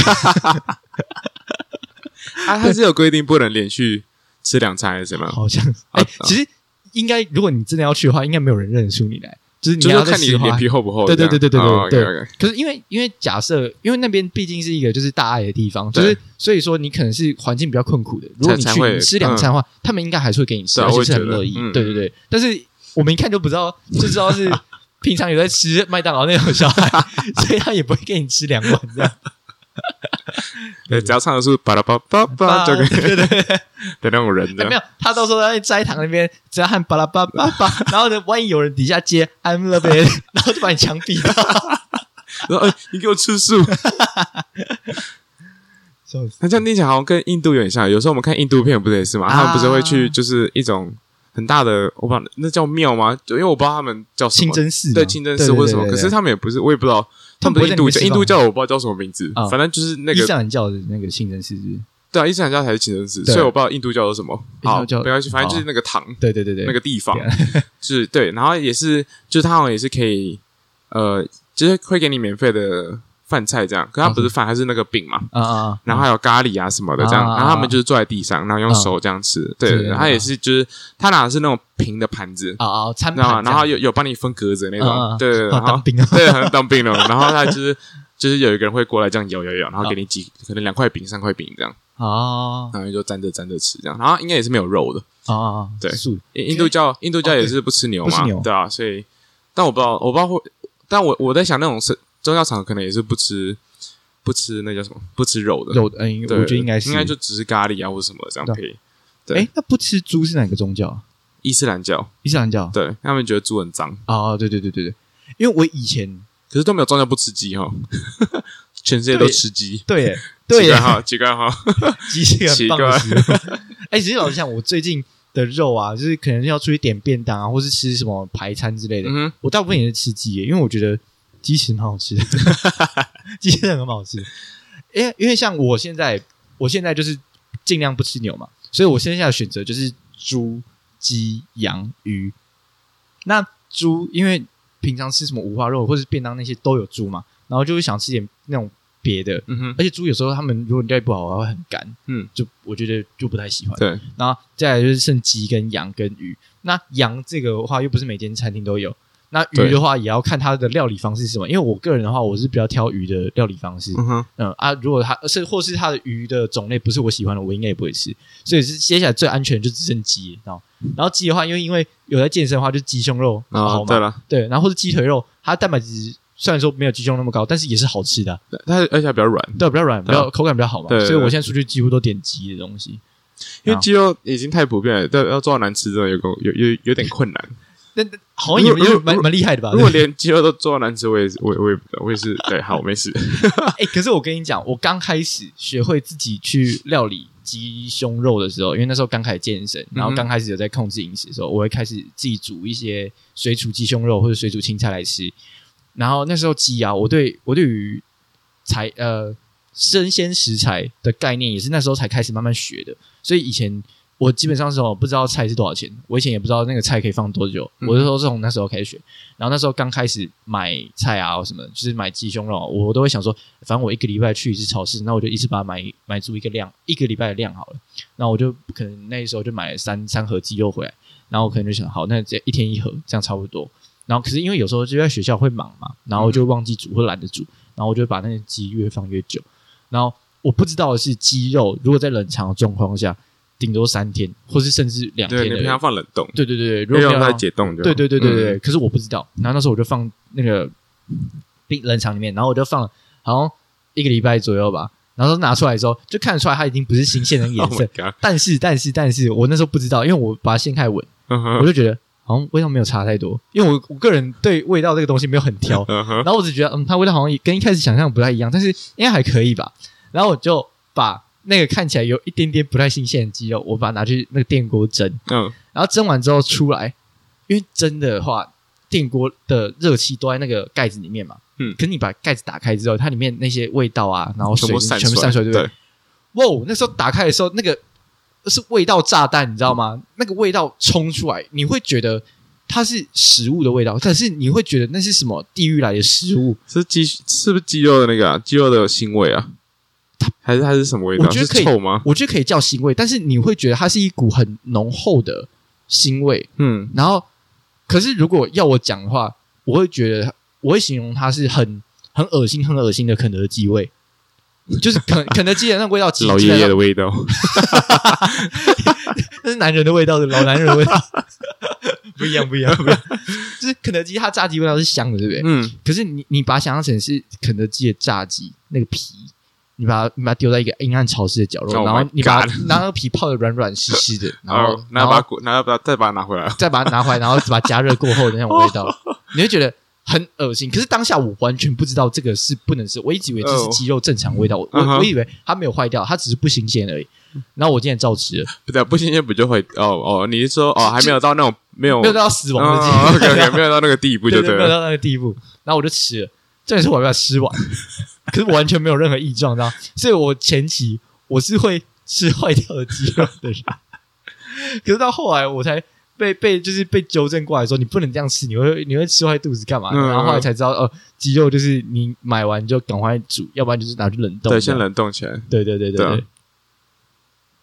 [SPEAKER 2] 啊，它是有规定不能连续吃两餐还是什么？
[SPEAKER 1] 好像是哎、
[SPEAKER 2] 啊
[SPEAKER 1] 其实应该，如果你真的要去的话，应该没有人认得出你来，就是你
[SPEAKER 2] 就
[SPEAKER 1] 要在
[SPEAKER 2] 是看你
[SPEAKER 1] 石化
[SPEAKER 2] 脸皮厚不厚。哦
[SPEAKER 1] 对对对对对对对
[SPEAKER 2] 对。
[SPEAKER 1] 可是因为因为假设，因为那边毕竟是一个就是大爱的地方，就
[SPEAKER 2] 对
[SPEAKER 1] 是所以说你可能是环境比较困苦的。如果你
[SPEAKER 2] 才
[SPEAKER 1] 去
[SPEAKER 2] 会嗯
[SPEAKER 1] 你吃两餐的话，他们应该还是会给你吃，
[SPEAKER 2] 对啊
[SPEAKER 1] 而且是很
[SPEAKER 2] 我也觉得
[SPEAKER 1] 乐意。
[SPEAKER 2] 嗯
[SPEAKER 1] 对对对，但是我们一看就不知道， 就知道是平常有在吃麦当劳那种小 孩，所以他也不会给你吃两碗这样。
[SPEAKER 2] 对，只要唱的是巴拉巴巴巴就可以
[SPEAKER 1] 对对对。
[SPEAKER 2] 的那种人
[SPEAKER 1] 哎
[SPEAKER 2] 的
[SPEAKER 1] 没。有，他到时候在斋堂那边只要喊巴拉巴巴巴，然后呢，万一有人底下接 I'm love it，然后就把你枪毙掉。
[SPEAKER 2] 然后哎，你给我吃素。
[SPEAKER 1] 笑死！
[SPEAKER 2] 那这样听起来好像跟印度有点像。有时候我们看印度片不是也是嘛？
[SPEAKER 1] 啊
[SPEAKER 2] 他们不是会去就是一种很大的，我把那叫庙吗？就因为我不知道他们叫什
[SPEAKER 1] 清
[SPEAKER 2] 么。
[SPEAKER 1] 真寺嘛
[SPEAKER 2] 对清真寺或者什么，可是他们也不是，我也不知道。
[SPEAKER 1] 他
[SPEAKER 2] 他
[SPEAKER 1] 们
[SPEAKER 2] 们
[SPEAKER 1] 不会
[SPEAKER 2] 的
[SPEAKER 1] 在
[SPEAKER 2] 印
[SPEAKER 1] 里
[SPEAKER 2] 度
[SPEAKER 1] 面
[SPEAKER 2] 教，
[SPEAKER 1] 释放
[SPEAKER 2] 印度教我不知道叫什么名字
[SPEAKER 1] 啊，
[SPEAKER 2] 反正就是那
[SPEAKER 1] 伊斯
[SPEAKER 2] 个
[SPEAKER 1] 兰教的那个清真寺是不是，
[SPEAKER 2] 对啊，伊斯兰教才是清真寺，
[SPEAKER 1] 对
[SPEAKER 2] 所以我不知道印度教有什么。好，
[SPEAKER 1] 印度教
[SPEAKER 2] 没关系，反正就是那个堂，
[SPEAKER 1] 对对对对，
[SPEAKER 2] 那个地方
[SPEAKER 1] 哦对，
[SPEAKER 2] 是对，然后也是，就是他好像也是可以，呃，就是会给你免费的饭菜这样，可他不是饭，还是那个饼嘛，
[SPEAKER 1] 啊啊啊，
[SPEAKER 2] 然后还有咖喱啊什么的这样，
[SPEAKER 1] 啊啊啊嗯
[SPEAKER 2] 然后他们就是坐在地上，然后用手这样吃，对
[SPEAKER 1] 是
[SPEAKER 2] 对，他也是就是他拿的是那种平的盘子，
[SPEAKER 1] 啊啊餐
[SPEAKER 2] 知道吗？
[SPEAKER 1] 盘这样，
[SPEAKER 2] 然后有有帮你分格子的
[SPEAKER 1] 嗯
[SPEAKER 2] 那
[SPEAKER 1] 嗯
[SPEAKER 2] 种，
[SPEAKER 1] 嗯
[SPEAKER 2] 对对，对
[SPEAKER 1] 啊
[SPEAKER 2] 然后
[SPEAKER 1] 当兵啊，
[SPEAKER 2] 对，很当兵了，然后他就是就是有一个人会过来这样摇摇摇，然后给你几可能两块饼、三块饼这样，
[SPEAKER 1] 啊
[SPEAKER 2] 然后就沾着沾着吃这样，然后应该也是没有肉的。
[SPEAKER 1] 啊啊，
[SPEAKER 2] 对
[SPEAKER 1] 素的
[SPEAKER 2] 印印度教印度教也是不吃牛
[SPEAKER 1] 不吃
[SPEAKER 2] 嘛，
[SPEAKER 1] 牛
[SPEAKER 2] 对啊，所以但我不知道，我不知道会，但我我在想那种是宗教场合可能也是不吃不吃那叫什么不吃肉的，
[SPEAKER 1] 肉的，嗯，
[SPEAKER 2] 对
[SPEAKER 1] 我觉得应该是
[SPEAKER 2] 应该就只是咖喱啊或者什么的这样
[SPEAKER 1] 对
[SPEAKER 2] 可以。对
[SPEAKER 1] 哎，那不吃猪是哪个宗教啊？
[SPEAKER 2] 伊斯兰教
[SPEAKER 1] 伊斯兰教
[SPEAKER 2] 对他们觉得猪很脏，
[SPEAKER 1] 啊，对对对对对，因为我以前
[SPEAKER 2] 可是都没有宗教不吃鸡哈， 全世界都吃鸡，
[SPEAKER 1] 对耶对
[SPEAKER 2] 奇
[SPEAKER 1] 耶
[SPEAKER 2] 怪哈，奇 怪哈，
[SPEAKER 1] 鸡是一个很棒的食 物。哎、其实老实讲，我最近的肉啊，就是可能要出去点便当啊，或是吃什么排餐之类的，
[SPEAKER 2] 嗯哼，
[SPEAKER 1] 我大部分也是吃鸡耶，因为我觉得鸡其实蛮好吃的，鸡真的很好吃。因为因为像我现在，我现在就是尽量不吃牛嘛，所以我剩下的选择就是猪、鸡、羊、鱼。那猪因为平常吃什么五花肉或是便当那些都有猪嘛，然后就会想吃点那种别的，
[SPEAKER 2] 嗯哼，
[SPEAKER 1] 而且猪有时候它们如果你料理不好，还会很干，
[SPEAKER 2] 嗯，
[SPEAKER 1] 就我觉得就不太喜欢。
[SPEAKER 2] 对，
[SPEAKER 1] 然后再来就是剩鸡跟羊跟鱼，那羊这个的话又不是每间餐厅都有，那鱼
[SPEAKER 2] 对
[SPEAKER 1] 的话也要看它的料理方式是什么，因为我个人的话我是比较挑鱼的料理方式，
[SPEAKER 2] 嗯哼，
[SPEAKER 1] 嗯啊，如果它是或是它的鱼的种类不是我喜欢的，我应该也不会吃。所以是接下来最安全的就只剩鸡，然后然后鸡的话，因为因为有在健身的话，就鸡胸肉
[SPEAKER 2] 然
[SPEAKER 1] 好
[SPEAKER 2] 后
[SPEAKER 1] 嘛，
[SPEAKER 2] 啊哦对了，
[SPEAKER 1] 对，然后或是鸡腿肉，它蛋白质虽然说没有鸡胸那么高，但是也是好吃的啊、
[SPEAKER 2] 它而且还比较软，
[SPEAKER 1] 对，比较软，比
[SPEAKER 2] 对啊
[SPEAKER 1] 较口感比较好嘛。
[SPEAKER 2] 对对
[SPEAKER 1] 所以我
[SPEAKER 2] 对
[SPEAKER 1] 现在出去几乎都点鸡的东西。
[SPEAKER 2] 因为
[SPEAKER 1] 啊
[SPEAKER 2] 鸡肉已经太普遍了，但要做到难吃真的有个有有有点困 难。
[SPEAKER 1] 那那好像也
[SPEAKER 2] 如果
[SPEAKER 1] 也
[SPEAKER 2] 如果
[SPEAKER 1] 蛮蛮厉害的吧？
[SPEAKER 2] 如果连鸡肉都做到难吃，我也是我也我也我 也是对，好，没事。
[SPEAKER 1] 哎、可是我跟你讲，我刚开始学会自己去料理鸡胸肉的时候，因为那时候刚开始健身，然后
[SPEAKER 2] 嗯哼
[SPEAKER 1] 刚开始有在控制饮食的时候，我会开始自己煮一些水煮鸡胸肉或者水煮青菜来吃。然后那时候鸡啊，我对我对于材呃生鲜食材的概念也是那时候才开始慢慢学的，所以以前。我基本上是我不知道菜是多少钱，我以前也不知道那个菜可以放多久，
[SPEAKER 2] 嗯
[SPEAKER 1] 我就说是从那时候开始学。然后那时候刚开始买菜啊，什么就是买鸡胸肉，我都会想说，反正我一个礼拜去一次超市，那我就一次把它买买足一个量，一个礼拜的量好了。那我就可能那时候就买了三三盒鸡肉回来，然后我可能就想，好，那这一天一盒，这样差不多。然后可是因为有时候就在学校会忙嘛，然后就忘记煮或懒得煮，然后我就把那个鸡越放越久。然后我不知道的是，鸡肉如果在冷藏的状况下，顶多三天，或是甚至两天
[SPEAKER 2] 对
[SPEAKER 1] 而已。
[SPEAKER 2] 你平常放冷冻，
[SPEAKER 1] 对对对，对如果
[SPEAKER 2] 因为
[SPEAKER 1] 没有
[SPEAKER 2] 让它
[SPEAKER 1] 让
[SPEAKER 2] 解冻就好
[SPEAKER 1] 对对对对对，
[SPEAKER 2] 嗯
[SPEAKER 1] 可是我不知道。然后那时候我就放那个冰冷藏里面，然后我就放了好像一个礼拜左右吧。然后拿出来之后，就看得出来它已经不是新鲜的颜
[SPEAKER 2] Oh
[SPEAKER 1] 色
[SPEAKER 2] my。god！
[SPEAKER 1] 但是但是但是我那时候不知道，因为我把它掀开闻，
[SPEAKER 2] 嗯
[SPEAKER 1] 我
[SPEAKER 2] 哼
[SPEAKER 1] 就觉得好像味道没有差太多。因为我我个人对味道这个东西没有很 挑，
[SPEAKER 2] 嗯哼，
[SPEAKER 1] 然后我只觉得，嗯，它味道好像也跟一开始想象不太一样，但是应该还可以吧。然后我就把那个看起来有一点点不太新鲜的鸡肉，我把它拿去那个电锅蒸，
[SPEAKER 2] 嗯，
[SPEAKER 1] 然后蒸完之后出来，因为蒸的话，电锅的热气都在那个盖子里面嘛。
[SPEAKER 2] 嗯
[SPEAKER 1] 可是你把盖子打开之后，它里面那些味道啊，然后
[SPEAKER 2] 全
[SPEAKER 1] 水
[SPEAKER 2] 部
[SPEAKER 1] 全
[SPEAKER 2] 散
[SPEAKER 1] 部散出来，对不对？
[SPEAKER 2] 对，
[SPEAKER 1] 哇哦，那时候打开的时候，那个是味道炸弹，你知道吗？那个味道冲出来，你会觉得它是食物的味道，但是你会觉得那是什么地狱来的食物？
[SPEAKER 2] 是鸡是不是鸡肉的那个啊？鸡肉的腥味啊？还是它是什么味道？
[SPEAKER 1] 我觉得可以
[SPEAKER 2] 是臭吗？
[SPEAKER 1] 我觉得可以叫腥味，但是你会觉得它是一股很浓厚的腥味。
[SPEAKER 2] 嗯，
[SPEAKER 1] 然后，可是如果要我讲的话，我会觉得我会形容它是很很恶心、很恶心的肯德基味，就是肯 肯德基的那个味道，
[SPEAKER 2] 老爷爷的，味道。
[SPEAKER 1] 那是男人的味道，是老男人的 味道，不一样，不一样，不一样。就是肯德基它炸鸡味道是香的，对不对？
[SPEAKER 2] 嗯，
[SPEAKER 1] 可是你你把它想象成是肯德基的炸鸡那个皮。你把它你把它丢在一个阴暗潮湿的角落
[SPEAKER 2] Oh
[SPEAKER 1] 然后
[SPEAKER 2] my
[SPEAKER 1] 你把它
[SPEAKER 2] God
[SPEAKER 1] 拿那个皮泡的软软湿湿的，然
[SPEAKER 2] 然
[SPEAKER 1] 后
[SPEAKER 2] 后拿
[SPEAKER 1] 然后
[SPEAKER 2] 哦把它拿把它再把它拿回来。
[SPEAKER 1] 再把它拿回来，然后把它加热过后的那种味 道，你会觉得很恶心。可是当下我完全不知道这个是不能吃，我一直以为这是鸡肉正常味道，我
[SPEAKER 2] 嗯哼嗯
[SPEAKER 1] 我我以为它没有坏掉，它只是不新鲜而已。然后我今天照吃了，
[SPEAKER 2] 不对，不新鲜不就会哦哦？你是说哦还没有到那种没有
[SPEAKER 1] 没有到死亡的
[SPEAKER 2] 哦
[SPEAKER 1] 境界，
[SPEAKER 2] OK，OK，没有到那个地步就
[SPEAKER 1] 对，没有
[SPEAKER 2] 了。
[SPEAKER 1] 到那个地步。然后我就吃了，重点是我还没有吃 完，可是我完全没有任何异状，知道吗？所以我前期我是会吃坏掉的鸡肉的人，可是到后来我才被被就是被纠正过来说，你不能这样吃，你会你会吃坏肚子干嘛？
[SPEAKER 2] 嗯
[SPEAKER 1] 然后后来才知道，呃，鸡肉就是你买完就赶快煮，要不然就是拿去冷冻。
[SPEAKER 2] 对，先。冷冻起来。
[SPEAKER 1] 对对对对
[SPEAKER 2] 对
[SPEAKER 1] 对
[SPEAKER 2] 啊。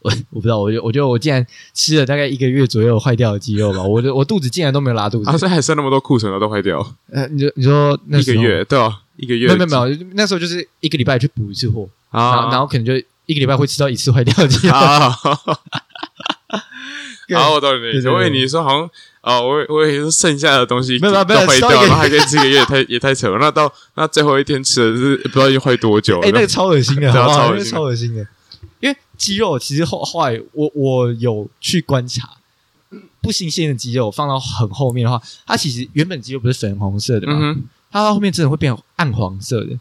[SPEAKER 1] 我我不知道，我就我觉得我竟然吃了大概一个月左右坏掉的鸡肉吧，我的我肚子竟然都没有拉肚子
[SPEAKER 2] 啊，，所以还剩那么多库存的都坏掉，
[SPEAKER 1] 呃，你就你说那
[SPEAKER 2] 一个
[SPEAKER 1] 时候
[SPEAKER 2] 月对哦，一个月
[SPEAKER 1] 没有没有没有，那时候就是一个礼拜去补一次货，然后
[SPEAKER 2] 啊
[SPEAKER 1] 然后可能就一个礼拜会吃到一次坏掉的鸡肉。
[SPEAKER 2] 啊，好，我懂你的
[SPEAKER 1] 对
[SPEAKER 2] 意
[SPEAKER 1] 对
[SPEAKER 2] 思。
[SPEAKER 1] 对
[SPEAKER 2] 我以为你说好像哦，我以我也是剩下的东西
[SPEAKER 1] 没有没有
[SPEAKER 2] 都
[SPEAKER 1] 没有
[SPEAKER 2] 坏
[SPEAKER 1] 吃到一
[SPEAKER 2] 掉，
[SPEAKER 1] 个
[SPEAKER 2] 然后还可以吃一个月，太也太扯了。那到那最后一天吃的是不知道要坏多久
[SPEAKER 1] 哎、那
[SPEAKER 2] 了
[SPEAKER 1] 个。超恶心的，
[SPEAKER 2] 对啊
[SPEAKER 1] 好不好
[SPEAKER 2] 超恶
[SPEAKER 1] 那个
[SPEAKER 2] 心
[SPEAKER 1] 超恶心的。因为鸡肉其实后后来我我有去观察，不新鲜的鸡肉放到很后面的话，它其实原本鸡肉不是粉红色的
[SPEAKER 2] 嗯
[SPEAKER 1] 嘛，
[SPEAKER 2] 哼，
[SPEAKER 1] 它到后面真的会变暗黄色的，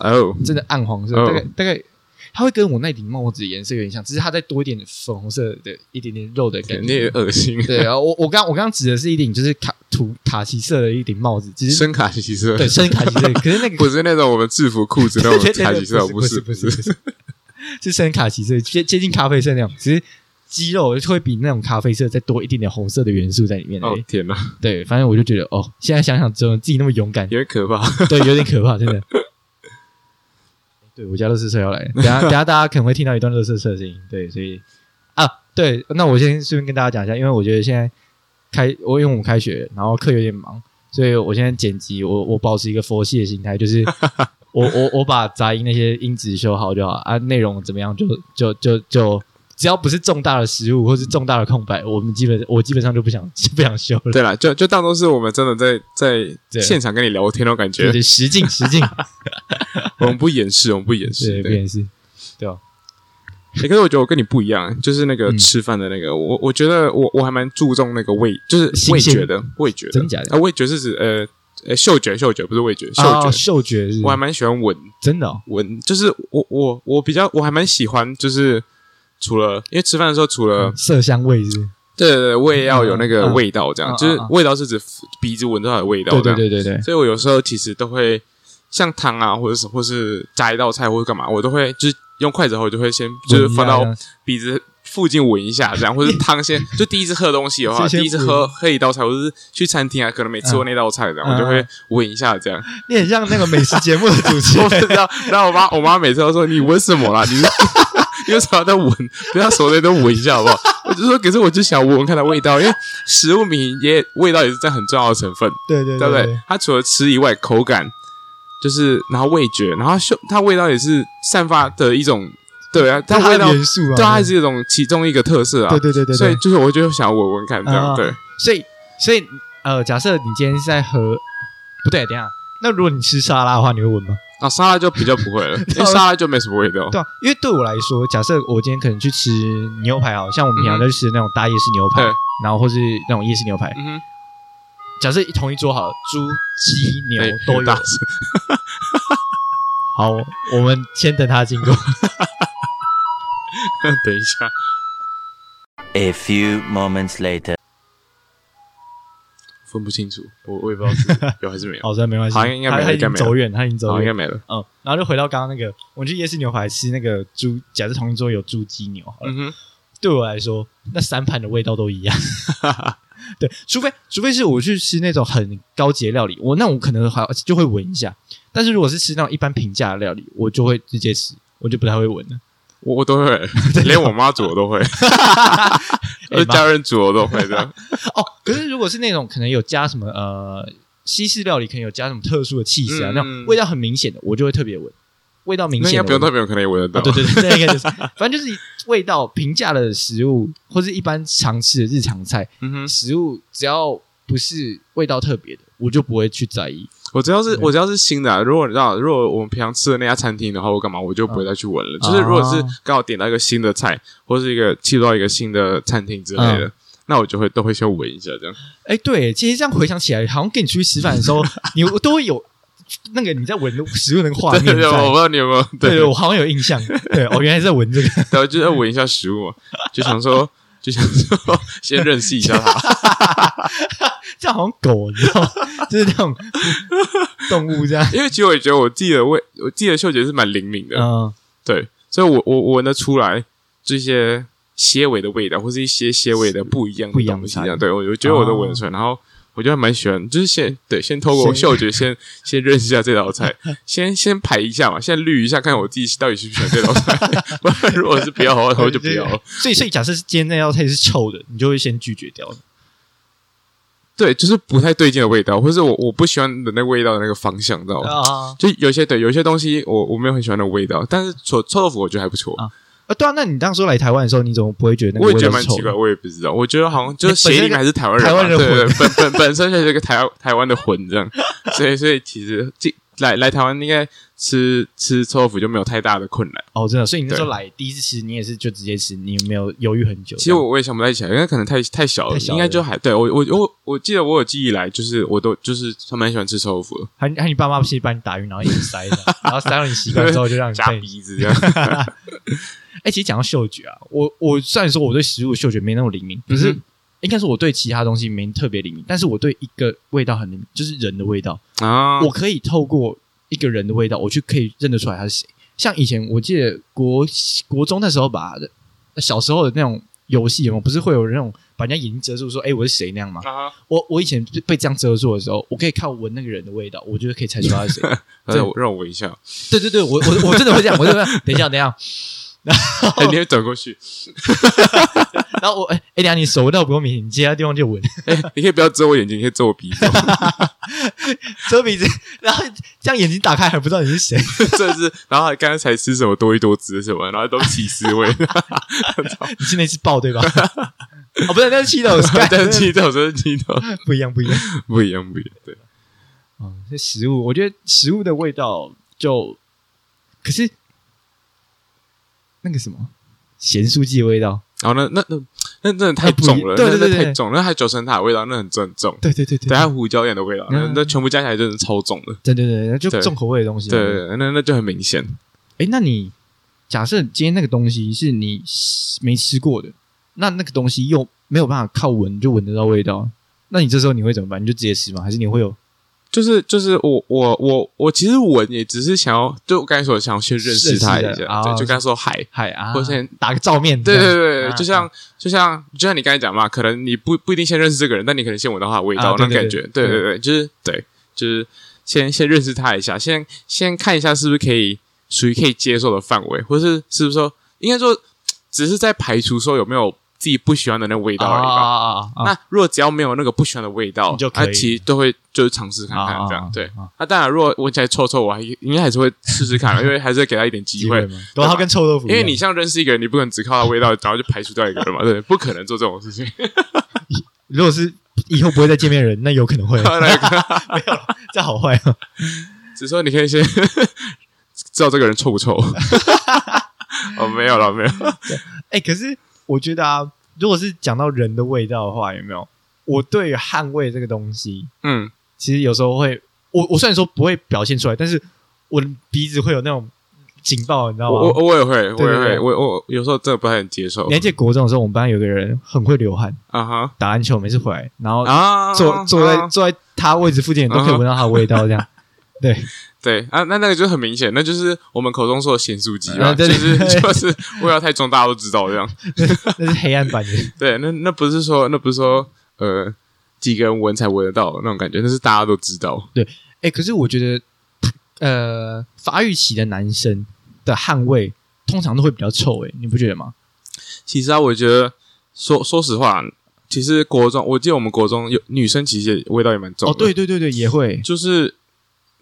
[SPEAKER 2] 哦，
[SPEAKER 1] 真的暗黄色，
[SPEAKER 2] 哦
[SPEAKER 1] 大概大概。它会跟我那顶帽子的颜色有点像，只是它再多一点粉红色的一点点肉的感
[SPEAKER 2] 你
[SPEAKER 1] 觉。
[SPEAKER 2] 也恶心，
[SPEAKER 1] 对啊，我我刚我刚指的是一顶就是卡土卡其色的一顶帽子，只是
[SPEAKER 2] 深卡其色，
[SPEAKER 1] 对，深卡其色，可是那个
[SPEAKER 2] 不是那种我们制服裤子 那
[SPEAKER 1] 对对
[SPEAKER 2] 种
[SPEAKER 1] 对
[SPEAKER 2] 卡其色，
[SPEAKER 1] 不是
[SPEAKER 2] 是
[SPEAKER 1] 不是不是， 是深卡其色，接接近咖啡色那种，只是鸡肉会比那种咖啡色再多一点点红色的元素在里面而
[SPEAKER 2] 哦
[SPEAKER 1] 已。
[SPEAKER 2] 天哪，
[SPEAKER 1] 对，反正我就觉得哦，现在想想怎么自己那么勇敢，
[SPEAKER 2] 有点可怕。
[SPEAKER 1] 对，有点可怕，真的。对，我家乐色车要来了，等下 等下大家可能会听到一段乐色车的声音，对，所以啊，对，那我先顺便跟大家讲一下，因为我觉得现在开，我因为我们开学，然后课有点忙，所以我现在剪辑，我我保持一个佛系的心态，就是 我我我把杂音那些音质修好就好啊，内容怎么样就就就就只要不是重大的失误或是重大的空白，我们基本我基本上就不想 不想修了。
[SPEAKER 2] 对了，就就当做是我们真的在在
[SPEAKER 1] 对啊
[SPEAKER 2] 现场跟你聊天那种感
[SPEAKER 1] 对
[SPEAKER 2] 觉，
[SPEAKER 1] 对，实进 实进，
[SPEAKER 2] 我们不掩饰，我们不掩
[SPEAKER 1] 对，
[SPEAKER 2] 饰。
[SPEAKER 1] 不
[SPEAKER 2] 对，
[SPEAKER 1] 也是，对啊吧？
[SPEAKER 2] 欸可是我觉得我跟你不一样，就是那个
[SPEAKER 1] 嗯
[SPEAKER 2] 吃饭的那个，我我觉得我我还蛮注重那个味，就是
[SPEAKER 1] 新
[SPEAKER 2] 味
[SPEAKER 1] 鲜
[SPEAKER 2] 觉的，味觉的，
[SPEAKER 1] 真假的
[SPEAKER 2] 啊，味觉是指呃呃嗅觉，嗅觉不是味觉，嗅
[SPEAKER 1] 哦
[SPEAKER 2] 觉。
[SPEAKER 1] 嗅觉是
[SPEAKER 2] 我还蛮喜欢闻
[SPEAKER 1] 真的哦，
[SPEAKER 2] 闻，就是我我我比较我还蛮喜欢，就是除了因为吃饭的时候，除了、
[SPEAKER 1] 色香味是不是，
[SPEAKER 2] 对对对，我也要有那个
[SPEAKER 1] 嗯嗯
[SPEAKER 2] 味道，这样、
[SPEAKER 1] 嗯嗯
[SPEAKER 2] 就是
[SPEAKER 1] 嗯
[SPEAKER 2] 味道是指鼻子闻到的味道，
[SPEAKER 1] 对
[SPEAKER 2] 这
[SPEAKER 1] 对
[SPEAKER 2] 样。
[SPEAKER 1] 对对对，
[SPEAKER 2] 所以我有时候其实都会像汤啊，或者是或是加一道菜或者干嘛，我都会就是用筷子后，我就会先就是
[SPEAKER 1] 闻一下
[SPEAKER 2] 放到
[SPEAKER 1] 这 样
[SPEAKER 2] 鼻子附近闻一下，这样或者汤先就第一次喝东西的话，
[SPEAKER 1] 先先
[SPEAKER 2] 第一次喝喝一道菜，或者是去餐厅啊，可能没吃过那道菜，然后
[SPEAKER 1] 嗯
[SPEAKER 2] 我就会闻一下这样。
[SPEAKER 1] 你很像那个美食节目的主持
[SPEAKER 2] 我不知
[SPEAKER 1] 人，
[SPEAKER 2] 道，然后我妈我妈每次都说你闻什么啦，你是 你为什么在闻？不要手在都闻一下好不好？我就说，可是我就想闻闻看它味道，因为食物名也味道也是占很重要的成分。
[SPEAKER 1] 对对
[SPEAKER 2] 对不对
[SPEAKER 1] 对？
[SPEAKER 2] 它除了吃以外，口感就是，然后味觉，然后嗅，它味道也是散发的一种，对啊，它
[SPEAKER 1] 它
[SPEAKER 2] 味道，
[SPEAKER 1] 元素啊，
[SPEAKER 2] 对，它也是一种其中一个特色啊。
[SPEAKER 1] 对对对对，
[SPEAKER 2] 所以
[SPEAKER 1] 对
[SPEAKER 2] 就是我就想要闻闻看这样，
[SPEAKER 1] 啊
[SPEAKER 2] 对，
[SPEAKER 1] 所以所以呃，假设你今天是在喝，不对，等一下，那如果你吃沙拉的话，你会闻吗？
[SPEAKER 2] 啊，沙拉就比较不会了， 因为沙拉就没什么味道。
[SPEAKER 1] 哦对啊，因为对我来说，假设我今天可能去吃牛排好，像我们平常都去吃那种大夜市牛排
[SPEAKER 2] 对，
[SPEAKER 1] 然后或是那种夜市牛排，
[SPEAKER 2] 嗯哼，
[SPEAKER 1] 假设同一桌好了，猪、鸡、牛
[SPEAKER 2] 哎
[SPEAKER 1] 都
[SPEAKER 2] 大
[SPEAKER 1] 有。
[SPEAKER 2] 声，
[SPEAKER 1] 好，我们先等他经过。
[SPEAKER 2] 等一下，
[SPEAKER 3] A few moments later.
[SPEAKER 2] 分不清楚，我我也不知道是有还是没 有，
[SPEAKER 1] 好，哦这没关系，
[SPEAKER 2] 好应该没了
[SPEAKER 1] 他他已
[SPEAKER 2] 应该
[SPEAKER 1] 经
[SPEAKER 2] 没了
[SPEAKER 1] 走远，他已经走
[SPEAKER 2] 好，应
[SPEAKER 1] 远
[SPEAKER 2] 该。没了。
[SPEAKER 1] 嗯，然后就回到刚刚那个，我去夜市牛排吃那个猪，假设同一桌有猪、鸡、牛好了，
[SPEAKER 2] 嗯哼，
[SPEAKER 1] 对我来说，那三盘的味道都一 样。对，除非除非是我去吃那种很高级的料理，我那我可能还就会闻一下。但是如果是吃那种一般平价的料理，我就会直接吃，我就不太会闻了。
[SPEAKER 2] 我我都会，连我妈煮 我都会，
[SPEAKER 1] 哎
[SPEAKER 2] 我的家人煮我都会这样。
[SPEAKER 1] 哦，可是如果是那种可能有加什么呃西式料理，可能有加什么特殊的气息啊，
[SPEAKER 2] 嗯
[SPEAKER 1] 那种味道很明显的，我就会特别闻。味道 明
[SPEAKER 2] 那
[SPEAKER 1] 显
[SPEAKER 2] 应
[SPEAKER 1] 的
[SPEAKER 2] 该
[SPEAKER 1] 我
[SPEAKER 2] 不用特别，可能也闻得
[SPEAKER 1] 啊，
[SPEAKER 2] 到。
[SPEAKER 1] 对对 对，那应该就是，反正就是味道平价的食物或是一般常吃的日常菜，
[SPEAKER 2] 嗯哼。
[SPEAKER 1] 食物只要不是味道特别的，我就不会去在意。
[SPEAKER 2] 我只要是
[SPEAKER 1] 对
[SPEAKER 2] 我只要是新的啊、如果你知道，如果我们平常吃的那家餐厅的话，我干嘛我就不会再去闻
[SPEAKER 1] 啊
[SPEAKER 2] 了。就是如果是刚好点到一个新的菜，或是一个去到一个新的餐厅之类的，
[SPEAKER 1] 嗯
[SPEAKER 2] 那我就会都会先闻一下这样。
[SPEAKER 1] 哎，对，其实这样回想起来，好像跟你出去吃饭的时 候，你都会有那个你在闻食物那个画
[SPEAKER 2] 对
[SPEAKER 1] 面在。
[SPEAKER 2] 对对，我不知道你有没有
[SPEAKER 1] 对
[SPEAKER 2] 对
[SPEAKER 1] 对，我好像有印象。对，我原来是在闻这个。
[SPEAKER 2] 对，我就是要闻一下食物嘛，就想说就想说先认识一下它。
[SPEAKER 1] 这样好像狗，你知道吗？就是那 种动物这样。
[SPEAKER 2] 因为其实我也觉得我自己的味，我自己的嗅觉是蛮灵敏的，
[SPEAKER 1] 嗯，
[SPEAKER 2] 对，所以我我我闻得出来这些些微的味道，或是一些些微的不一样
[SPEAKER 1] 不一样
[SPEAKER 2] 东
[SPEAKER 1] 的
[SPEAKER 2] 西，
[SPEAKER 1] 差
[SPEAKER 2] 这
[SPEAKER 1] 异哦
[SPEAKER 2] 样对我我觉得我都闻得出来，然后。我觉得还蛮喜欢，就是先对，先透过
[SPEAKER 1] 先
[SPEAKER 2] 嗅觉先先认识一下这道菜，先先排一下嘛，先滤一下，看我自己到底喜不喜欢这道菜。 不然如果是不要的话，我就不要了。
[SPEAKER 1] 所以，所以假设是今天那道菜是臭的，你就会先拒绝掉的。
[SPEAKER 2] 对，就是不太对劲的味道，或是我我不喜欢的那个味道的那个方向，知道吗？
[SPEAKER 1] 啊
[SPEAKER 2] 就有些对，有些东西我我没有很喜欢的味道，但是臭臭豆腐我觉得还不错。
[SPEAKER 1] 啊啊，对啊，那你当初来台湾的时候，你怎么不会觉得那个
[SPEAKER 2] 我也
[SPEAKER 1] 味
[SPEAKER 2] 觉
[SPEAKER 1] 道
[SPEAKER 2] 得蛮
[SPEAKER 1] 是臭
[SPEAKER 2] 奇怪，
[SPEAKER 1] 的？
[SPEAKER 2] 我也不知道。我觉得好像就是
[SPEAKER 1] 本
[SPEAKER 2] 谐
[SPEAKER 1] 身
[SPEAKER 2] 音
[SPEAKER 1] 就
[SPEAKER 2] 还是台湾人嘛，
[SPEAKER 1] 台湾人
[SPEAKER 2] 对对
[SPEAKER 1] 魂
[SPEAKER 2] 对本本本身就是一个台台湾的魂这样，所以所以其实进来来台湾应该吃吃臭豆腐就没有太大的困难。
[SPEAKER 1] 哦，真的，所以你那时候
[SPEAKER 2] 对
[SPEAKER 1] 来第一次吃，你也是就直接吃，你没有犹豫很久。
[SPEAKER 2] 其实我我也想不太起来，因为可能太太小了，
[SPEAKER 1] 太小
[SPEAKER 2] 应
[SPEAKER 1] 了
[SPEAKER 2] 该就还对我我我我记得我有记忆来，就是我都就是他蛮喜欢吃臭豆腐的，
[SPEAKER 1] 还还你爸妈不是把你打晕，然后一直塞的，然后塞到你习惯之后就 让你
[SPEAKER 2] 夹
[SPEAKER 1] 被
[SPEAKER 2] 鼻子这样。
[SPEAKER 1] 哎、其实讲到嗅觉啊，我我虽然说我对食物的嗅觉没那么灵敏，可是、
[SPEAKER 2] 嗯
[SPEAKER 1] 应该说我对其他东西没特别灵敏，但是我对一个味道很灵敏，就是人的味道，
[SPEAKER 2] 啊，
[SPEAKER 1] 我可以透过一个人的味道，我去可以认得出来他是谁。像以前我记得国国中那时候吧，小时候的那种游戏，有没有不是会有那种把人家眼睛遮住说“哎、我是谁”那样吗？
[SPEAKER 2] 啊，
[SPEAKER 1] 我我以前被这样遮住的时候，我可以靠闻那个人的味道，我觉得可以猜出他是谁。
[SPEAKER 2] 让我让我闻一下，
[SPEAKER 1] 哎对对对，我我我真的会这样，我真的会这样等一下等一下，
[SPEAKER 2] 哎你会转过去，
[SPEAKER 1] 然后我哎哎，俩、你手到不用敏，你其他地方就稳，
[SPEAKER 2] 哎、你可以不要遮我眼睛，你可以遮我鼻子，
[SPEAKER 1] 遮鼻子， 然后这样眼睛打开还不知道你是谁，
[SPEAKER 2] 这是，然后还刚才吃什么多一多汁什么，然后都起司 味，
[SPEAKER 1] 你是那只豹对吧？ 哦，不是，那是七头，
[SPEAKER 2] 但是鸡头真是鸡头，
[SPEAKER 1] 不一样，不一样。
[SPEAKER 2] 不一样不一样，对，
[SPEAKER 1] 哦，这食物，我觉得食物的味道就，可是那个什么咸酥鸡的味道，
[SPEAKER 2] 然后那那那那真的太
[SPEAKER 1] 哎不一
[SPEAKER 2] 重了，
[SPEAKER 1] 对对
[SPEAKER 2] 那
[SPEAKER 1] 对
[SPEAKER 2] 那
[SPEAKER 1] 对
[SPEAKER 2] 太重了，那还有九层塔的味道，那很真重，
[SPEAKER 1] 对对对对啊
[SPEAKER 2] 对，还有胡椒盐的味道，那
[SPEAKER 1] 嗯
[SPEAKER 2] 那全部加起来真的是超重的，
[SPEAKER 1] 对对对，那就
[SPEAKER 2] 对
[SPEAKER 1] 重口味的东西。
[SPEAKER 2] 对，对，对那那就很明显，
[SPEAKER 1] 哎，那你假设今天那个东西是你没吃过的，那那个东西又没有办法靠闻就闻得到味道，那你这时候你会怎么办？你就直接吃吗？还是你会有
[SPEAKER 2] 就是就是我我我我其实闻也只是想要，就我刚才说想要先认识他一
[SPEAKER 1] 认识
[SPEAKER 2] 下，
[SPEAKER 1] 的啊
[SPEAKER 2] 对，就跟他说嗨。
[SPEAKER 1] 嗨啊，
[SPEAKER 2] 或先
[SPEAKER 1] 打个照面？
[SPEAKER 2] 对
[SPEAKER 1] 这样
[SPEAKER 2] 对对，
[SPEAKER 1] 啊
[SPEAKER 2] 就像就像就像你刚才讲嘛，可能你不不一定先认识这个人，但你可能先闻到他的味道，
[SPEAKER 1] 啊对
[SPEAKER 2] 那种感觉，对
[SPEAKER 1] 对对
[SPEAKER 2] 对对，就是对，就是先先认识他一下，先先看一下是不是可以属于可以接受的范围，或是是不是说应该说只是在排除说有没有自己不喜欢的那个味道而已吧。
[SPEAKER 1] 啊啊啊啊！
[SPEAKER 2] 那如果只要没有那个不喜欢的味道
[SPEAKER 1] 你就，可
[SPEAKER 2] 那
[SPEAKER 1] 以
[SPEAKER 2] 其实都会就是尝试看看
[SPEAKER 1] 啊
[SPEAKER 2] 这样
[SPEAKER 1] 啊。
[SPEAKER 2] 对
[SPEAKER 1] 啊，
[SPEAKER 2] 那当然如果闻起来臭臭，我还应该 还是会试试看，因为还是会给他一点机
[SPEAKER 1] 机
[SPEAKER 2] 会
[SPEAKER 1] 会。吗？然后跟臭豆腐一
[SPEAKER 2] 因
[SPEAKER 1] 样，
[SPEAKER 2] 为你像认识一个人，你不可能只靠他味道，然后就排除掉一个 人嘛，对，不可能做这种事情。
[SPEAKER 1] 如果是以后不会再见面的人，那有可能 会。
[SPEAKER 2] 那个
[SPEAKER 1] 这好坏啊！
[SPEAKER 2] 只是说你可以先 知道这个人臭不臭。 哦，没有了，没有。
[SPEAKER 1] 哎、可是我觉得啊，如果是讲到人的味道的话，有没有？我对于汗味这个东西，
[SPEAKER 2] 嗯，
[SPEAKER 1] 其实有时候会，我我虽然说不会表现出来，但是我的鼻子会有那种警报，你知道吗？
[SPEAKER 2] 我我我也会，我也
[SPEAKER 1] 哦对对
[SPEAKER 2] 会，
[SPEAKER 1] 对
[SPEAKER 2] 我我有时候真的不太能接受
[SPEAKER 1] 你还记得国中的时候，我们班有个人很会流汗，
[SPEAKER 2] 啊哈
[SPEAKER 1] 打篮球每次回来，然后
[SPEAKER 2] 啊，
[SPEAKER 1] 坐、坐在
[SPEAKER 2] 啊
[SPEAKER 1] 坐在他位置附近，你都可以闻到他的味道，这样。对，
[SPEAKER 2] 对啊，那那个就很明显，那就是我们口中说的咸酥鸡吧，
[SPEAKER 1] 啊
[SPEAKER 2] 就
[SPEAKER 1] 对
[SPEAKER 2] 是
[SPEAKER 1] 对对
[SPEAKER 2] 就是味道太重，大家都知道这样。
[SPEAKER 1] 那是黑暗版的。
[SPEAKER 2] 对，那那不是说那不是说呃几个人闻才闻得到那种感觉，那是大家都知道。
[SPEAKER 1] 哎、可是我觉得，呃，发育期的男生的汗味通常都会比较臭、欸，你不觉得吗？
[SPEAKER 2] 其实啊，我觉得说说实话，其实国中，我记得我们国中有女生，其实也味道也蛮重
[SPEAKER 1] 哦
[SPEAKER 2] 的，，
[SPEAKER 1] 对，对对对，也会，
[SPEAKER 2] 就是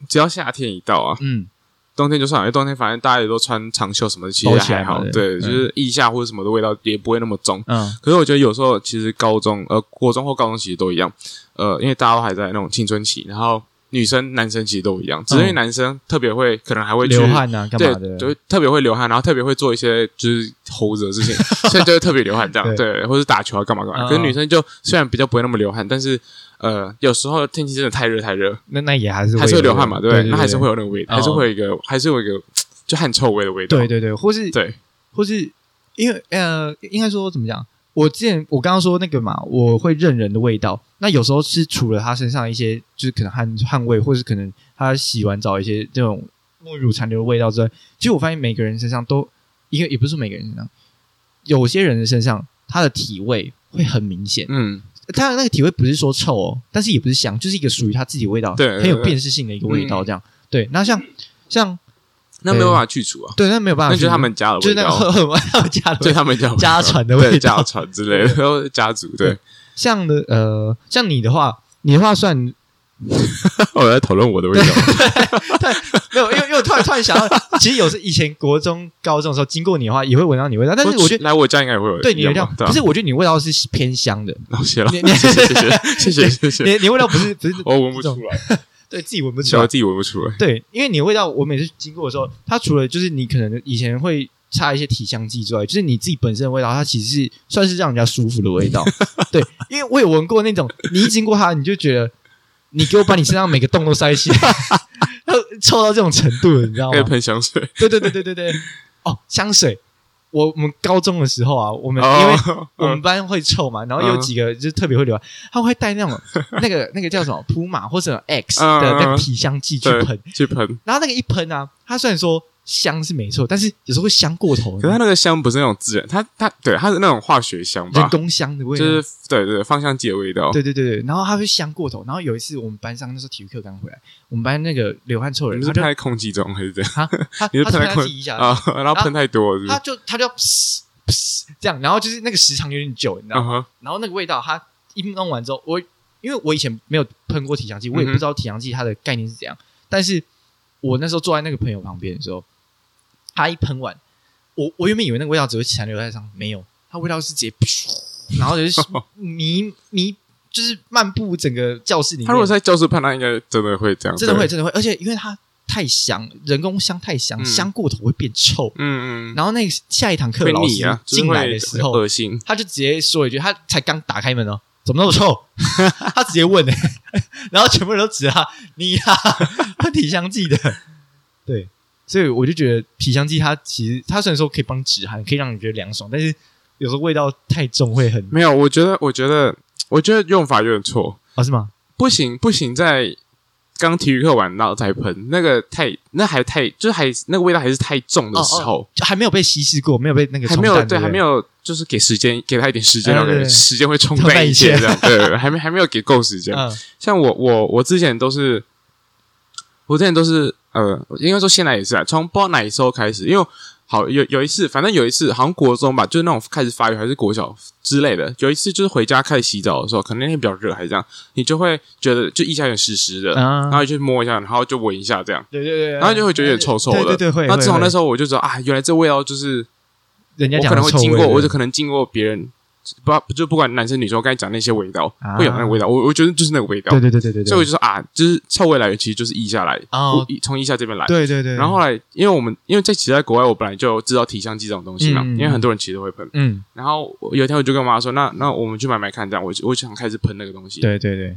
[SPEAKER 2] 只要夏天一到啊，
[SPEAKER 1] 嗯，
[SPEAKER 2] 冬天就算了，因为冬天反正大家也都穿长袖什么的，其实
[SPEAKER 1] 包起来
[SPEAKER 2] 还好
[SPEAKER 1] 嘛，对
[SPEAKER 2] 对，
[SPEAKER 1] 嗯
[SPEAKER 2] 就是腋下或者什么的味道也不会那么重。
[SPEAKER 1] 嗯，
[SPEAKER 2] 可是我觉得有时候其实高中呃国中或高中其实都一样，呃，因为大家都还在那种青春期，然后女生男生其实都一样，只是因为
[SPEAKER 1] 嗯
[SPEAKER 2] 男生特别会可能还会去
[SPEAKER 1] 流汗啊，干
[SPEAKER 2] 对
[SPEAKER 1] 嘛，的？
[SPEAKER 2] 就特别会流汗，然后特别会做一些就是猴子的事情，所以就会特别流汗这样，对，或者打球啊干嘛干嘛。
[SPEAKER 1] 嗯
[SPEAKER 2] 可是女生就虽然比较不会那么流汗，但是呃，有时候天气真的太热太热，
[SPEAKER 1] 那那也还是
[SPEAKER 2] 还是
[SPEAKER 1] 有
[SPEAKER 2] 会流汗嘛，对
[SPEAKER 1] 对
[SPEAKER 2] 不
[SPEAKER 1] 对
[SPEAKER 2] 对？那还是会，有那个味，
[SPEAKER 1] 嗯
[SPEAKER 2] 还是会有一个，还是有一个就汗臭味的味道。
[SPEAKER 1] 对对对，或是
[SPEAKER 2] 对，
[SPEAKER 1] 或是因为呃，应该说怎么讲？我之前我刚刚说那个嘛，我会认人的味道。那有时候是除了他身上一些，就是可能汗汗味，或是可能他洗完澡一些这种沐浴乳残留的味道之外，其实我发现每个人身上都，因为也不是每个人身上，有些人的身上他的体味会很明显。
[SPEAKER 2] 嗯，
[SPEAKER 1] 他的那个体味不是说臭哦，但是也不是香，就是一个属于他自己的味道，
[SPEAKER 2] 对对对
[SPEAKER 1] 很有辨识性的一个味道。这样，对。那像像
[SPEAKER 2] 那没有办法去除啊，
[SPEAKER 1] 对，那没有办法
[SPEAKER 2] 那
[SPEAKER 1] 去，
[SPEAKER 2] 就是他们家的
[SPEAKER 1] 就是
[SPEAKER 2] 味
[SPEAKER 1] 那个很
[SPEAKER 2] 道，
[SPEAKER 1] 很很家的
[SPEAKER 2] 对
[SPEAKER 1] 味道。
[SPEAKER 2] 他们家的味道
[SPEAKER 1] 家传的味道
[SPEAKER 2] 对家传之类的，然后家族对
[SPEAKER 1] 对。像的呃，像你的话，你的话算 没
[SPEAKER 2] 哦我在讨论我的味道，
[SPEAKER 1] 有，因为因为我突然突然想到， 其实有时以前国中、高中的时候经过你的话，也会闻到你的味道，但是我觉得。
[SPEAKER 2] 来我家应该也会有
[SPEAKER 1] 对你的味
[SPEAKER 2] 有
[SPEAKER 1] 道
[SPEAKER 2] 吧，对啊
[SPEAKER 1] 可是我觉得你的味道是偏香的，
[SPEAKER 2] 那我谢了，
[SPEAKER 1] 你你
[SPEAKER 2] 谢谢谢谢谢谢谢谢
[SPEAKER 1] 你，你的味道不是不是
[SPEAKER 2] 我闻不
[SPEAKER 1] 这种
[SPEAKER 2] 出来。
[SPEAKER 1] 对自己闻不出
[SPEAKER 2] 小
[SPEAKER 1] 来，
[SPEAKER 2] 自己闻不出来。
[SPEAKER 1] 对，因为你的味道，我每次经过的时候，它除了就是你可能以前会擦一些体香剂之外，就是你自己本身的味道，它其实是算是让人家舒服的味 道。对，因为我有闻过那种，你一经过它，你就觉得你给我把你身上每个洞都塞起来， 臭到这种程度了，你知道
[SPEAKER 2] 可以
[SPEAKER 1] 吗？
[SPEAKER 2] 喷香水，
[SPEAKER 1] 对对对对对对。哦，香水，我我们高中的时候啊，我们、 因为
[SPEAKER 2] 哦，嗯
[SPEAKER 1] 我们班会臭嘛，然后有几个就是特别会流汗，他会带那 种那个那个叫什么普马或者 X 的那
[SPEAKER 2] 嗯嗯嗯
[SPEAKER 1] 个体香剂去
[SPEAKER 2] 对
[SPEAKER 1] 喷。
[SPEAKER 2] 去喷，
[SPEAKER 1] 然后那个一喷啊，它虽然说香是没错，但是有时候会香过头，
[SPEAKER 2] 可是它那个香不是那种自然，它它对它是那种化学香吧
[SPEAKER 1] 人，工香的味道。
[SPEAKER 2] 就是对对芳香剂的味道。
[SPEAKER 1] 对对对对，然后它会香过头。然后有一次我们班上那时候体育课刚回来，我们班那个流汗臭
[SPEAKER 2] 你
[SPEAKER 1] 人，
[SPEAKER 2] 们
[SPEAKER 1] 他
[SPEAKER 2] 是
[SPEAKER 1] 就
[SPEAKER 2] 喷在空气中还是怎样？
[SPEAKER 1] 他他
[SPEAKER 2] 你是
[SPEAKER 1] 他
[SPEAKER 2] 喷在
[SPEAKER 1] 他
[SPEAKER 2] 空
[SPEAKER 1] 自己一下，
[SPEAKER 2] 啊，然后喷太多了是不
[SPEAKER 1] 他
[SPEAKER 2] 是？
[SPEAKER 1] 就他就噗噗这样，然后就是那个时长有点久，你知道
[SPEAKER 2] 嗯
[SPEAKER 1] 吗？
[SPEAKER 2] 哼，
[SPEAKER 1] 然后那个味道，它一弄完之后，我因为我以前没有喷过体香剂，我也
[SPEAKER 2] 嗯
[SPEAKER 1] 不
[SPEAKER 2] 哼
[SPEAKER 1] 知道体香剂它的概念是怎样。但是我那时候坐在那个朋友旁边的时候，他一喷完，我我原本以为那个味道只会残留在上，没有，它味道是直接噗，然后就是迷迷，就是漫步整个教室里面。
[SPEAKER 2] 他如果在教室喷，他应该真的会这样，
[SPEAKER 1] 真的会，
[SPEAKER 2] 对，
[SPEAKER 1] 真的会，而且因为它太香，人工香太香，
[SPEAKER 2] 嗯
[SPEAKER 1] 香过头会变臭。
[SPEAKER 2] 嗯嗯，
[SPEAKER 1] 然后那个下一堂课
[SPEAKER 2] 会
[SPEAKER 1] 老
[SPEAKER 2] 腻
[SPEAKER 1] 师
[SPEAKER 2] 啊，就是
[SPEAKER 1] 进
[SPEAKER 2] 会
[SPEAKER 1] 来的时候，
[SPEAKER 2] 恶心。
[SPEAKER 1] 他就直接说一句，他才刚打开门哦，怎么那么 臭？他直接问哎、然后全部人都指他，你呀、喷体香剂的。对，所以我就觉得体香剂它其实它虽然说可以帮止汗，可以让你觉得凉爽，但是有时候味道太重会很
[SPEAKER 2] 没有，我觉得，我觉得，我觉得用法有点错。
[SPEAKER 1] 哦是吗？
[SPEAKER 2] 不行不行，在刚体育课完然后再喷，那个太那还太就是还那个味道还是太重的时候，
[SPEAKER 1] 就哦还没有被稀释过，没有被那个
[SPEAKER 2] 还没有
[SPEAKER 1] 冲淡
[SPEAKER 2] 对
[SPEAKER 1] 不
[SPEAKER 2] 还没有就是给时间给他一点时间，
[SPEAKER 1] 哎
[SPEAKER 2] 然后
[SPEAKER 1] 对
[SPEAKER 2] 给
[SPEAKER 1] 对
[SPEAKER 2] 时间会冲
[SPEAKER 1] 冲淡
[SPEAKER 2] 淡
[SPEAKER 1] 一
[SPEAKER 2] 一
[SPEAKER 1] 切
[SPEAKER 2] 切这样，对对，对还没还没有给 够时间。
[SPEAKER 1] 嗯
[SPEAKER 2] 像我我我之前都是，我之前都是呃，应该说现在也是啊，从不知道哪一时候开始，因为好有有一次，反正有一次好像国中吧，就是那种开始发育还是国小之类的，有一次就是回家开始洗澡的时候，可能那天比较热还是这样，你就会觉得就腋下有点湿湿的，
[SPEAKER 1] 啊
[SPEAKER 2] 然后就摸一下，然后就闻一下这样。
[SPEAKER 1] 对对对，
[SPEAKER 2] 然后就会觉得有点臭臭的，
[SPEAKER 1] 对对对会。
[SPEAKER 2] 那自从那时
[SPEAKER 1] 候，
[SPEAKER 2] 候我就知道啊，原来这味道就是
[SPEAKER 1] 人家
[SPEAKER 2] 我
[SPEAKER 1] 讲
[SPEAKER 2] 可能会
[SPEAKER 1] 臭
[SPEAKER 2] 经
[SPEAKER 1] 味
[SPEAKER 2] 过，
[SPEAKER 1] 的
[SPEAKER 2] 我就可能经过别人，不就不管男生女生，我刚才讲那些味道，
[SPEAKER 1] 啊
[SPEAKER 2] 会有那个味道。我我觉得就是那个味道，
[SPEAKER 1] 对对对对对对，
[SPEAKER 2] 所以我就说啊，就是臭味来源其实就是腋下来，
[SPEAKER 1] 哦
[SPEAKER 2] 我从腋下这边来。
[SPEAKER 1] 对对对，
[SPEAKER 2] 然后后来，因为我们因为在其实在国外，我本来就知道体香剂这种东西嘛，
[SPEAKER 1] 嗯嗯嗯
[SPEAKER 2] 因为很多人其实都会喷。
[SPEAKER 1] 嗯，
[SPEAKER 2] 然后我有一天我就跟我妈说，那那我们去买买看，这样我就我就想开始喷那个东西。
[SPEAKER 1] 对对对，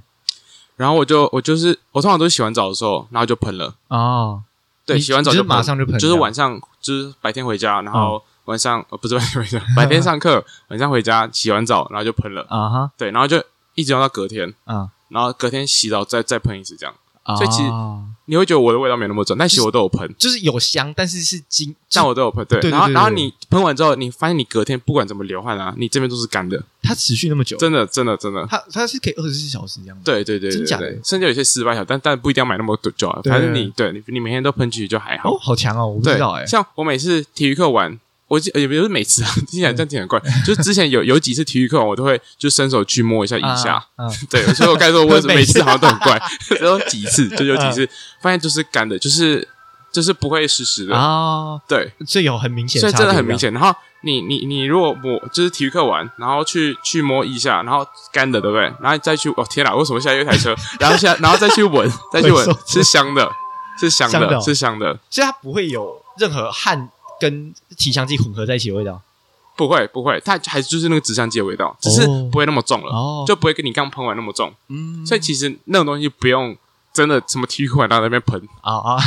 [SPEAKER 2] 然后我就我就是我通常都是洗完澡的时候，然后就喷了。
[SPEAKER 1] 哦，
[SPEAKER 2] 对，
[SPEAKER 1] 你
[SPEAKER 2] 洗完澡
[SPEAKER 1] 你
[SPEAKER 2] 就
[SPEAKER 1] 就是马上就喷这
[SPEAKER 2] 就是
[SPEAKER 1] 样哦
[SPEAKER 2] 晚上就是白天回家，然后晚上呃不是白天回家，白天上课，晚上回家洗完澡，然后就喷了。
[SPEAKER 1] 啊哈，
[SPEAKER 2] 对，然后就一直用到隔天，
[SPEAKER 1] 啊，
[SPEAKER 2] 然后隔天洗澡再再喷一次这样。所以其实
[SPEAKER 1] 哦
[SPEAKER 2] 你会觉得我的味道没那么重，但其实我都有喷，
[SPEAKER 1] 就是有香，但是是精，
[SPEAKER 2] 但
[SPEAKER 1] 就
[SPEAKER 2] 我都有喷。对，
[SPEAKER 1] 对对
[SPEAKER 2] 然后
[SPEAKER 1] 对对
[SPEAKER 2] 然后
[SPEAKER 1] 对
[SPEAKER 2] 你喷完之后，你发现你隔天不管怎么流汗啊，你这边都是干的，
[SPEAKER 1] 它持续那么久，
[SPEAKER 2] 真的真的真的。
[SPEAKER 1] 它它是可以二十四小时这样。，
[SPEAKER 2] 对对对对
[SPEAKER 1] 真假
[SPEAKER 2] 对
[SPEAKER 1] 的
[SPEAKER 2] 对，甚至有一些失败小，但但不一定要买那么多久啊。
[SPEAKER 1] 对
[SPEAKER 2] 反正你对你你每天都喷去就还好
[SPEAKER 1] 哦，。好强哦，我不
[SPEAKER 2] 对
[SPEAKER 1] 知道哎，
[SPEAKER 2] 像我每次体育课玩，我记也不是每次啊， 听起来这样听起来很怪。就是之前有有几次体育课玩，我都会就伸手去摸一下腋下。
[SPEAKER 1] 啊，啊
[SPEAKER 2] 对，所以我该说，我
[SPEAKER 1] 每
[SPEAKER 2] 每
[SPEAKER 1] 次嗯
[SPEAKER 2] 次好像都很怪，只有几次，就有几次发现就是干的，就是就是不会湿湿的。
[SPEAKER 1] 啊，
[SPEAKER 2] 对，
[SPEAKER 1] 这有很明显，
[SPEAKER 2] 所以真的很明。显。然后你你你如果摸，就是体育课玩，然后去去摸一下，然后干的，对不对？然后再去，哦天哪，为什么现在有一台车？然后现在然后再去闻，再去
[SPEAKER 1] 会
[SPEAKER 2] 闻
[SPEAKER 1] 受不，
[SPEAKER 2] 是香的，是香
[SPEAKER 1] 香的
[SPEAKER 2] 的，
[SPEAKER 1] 哦
[SPEAKER 2] 是香的，
[SPEAKER 1] 所以它不会有任何汗跟体香剂混合在一起的味道。
[SPEAKER 2] 不会不会，它还是就是那个纸香剂的味道，只是
[SPEAKER 1] 哦
[SPEAKER 2] 不会那么重了，
[SPEAKER 1] 哦
[SPEAKER 2] 呃就不会跟你刚喷完那么重。
[SPEAKER 1] 嗯，
[SPEAKER 2] 所以其实那种东西不用真的什么体育馆到那边喷，
[SPEAKER 1] 啊 啊，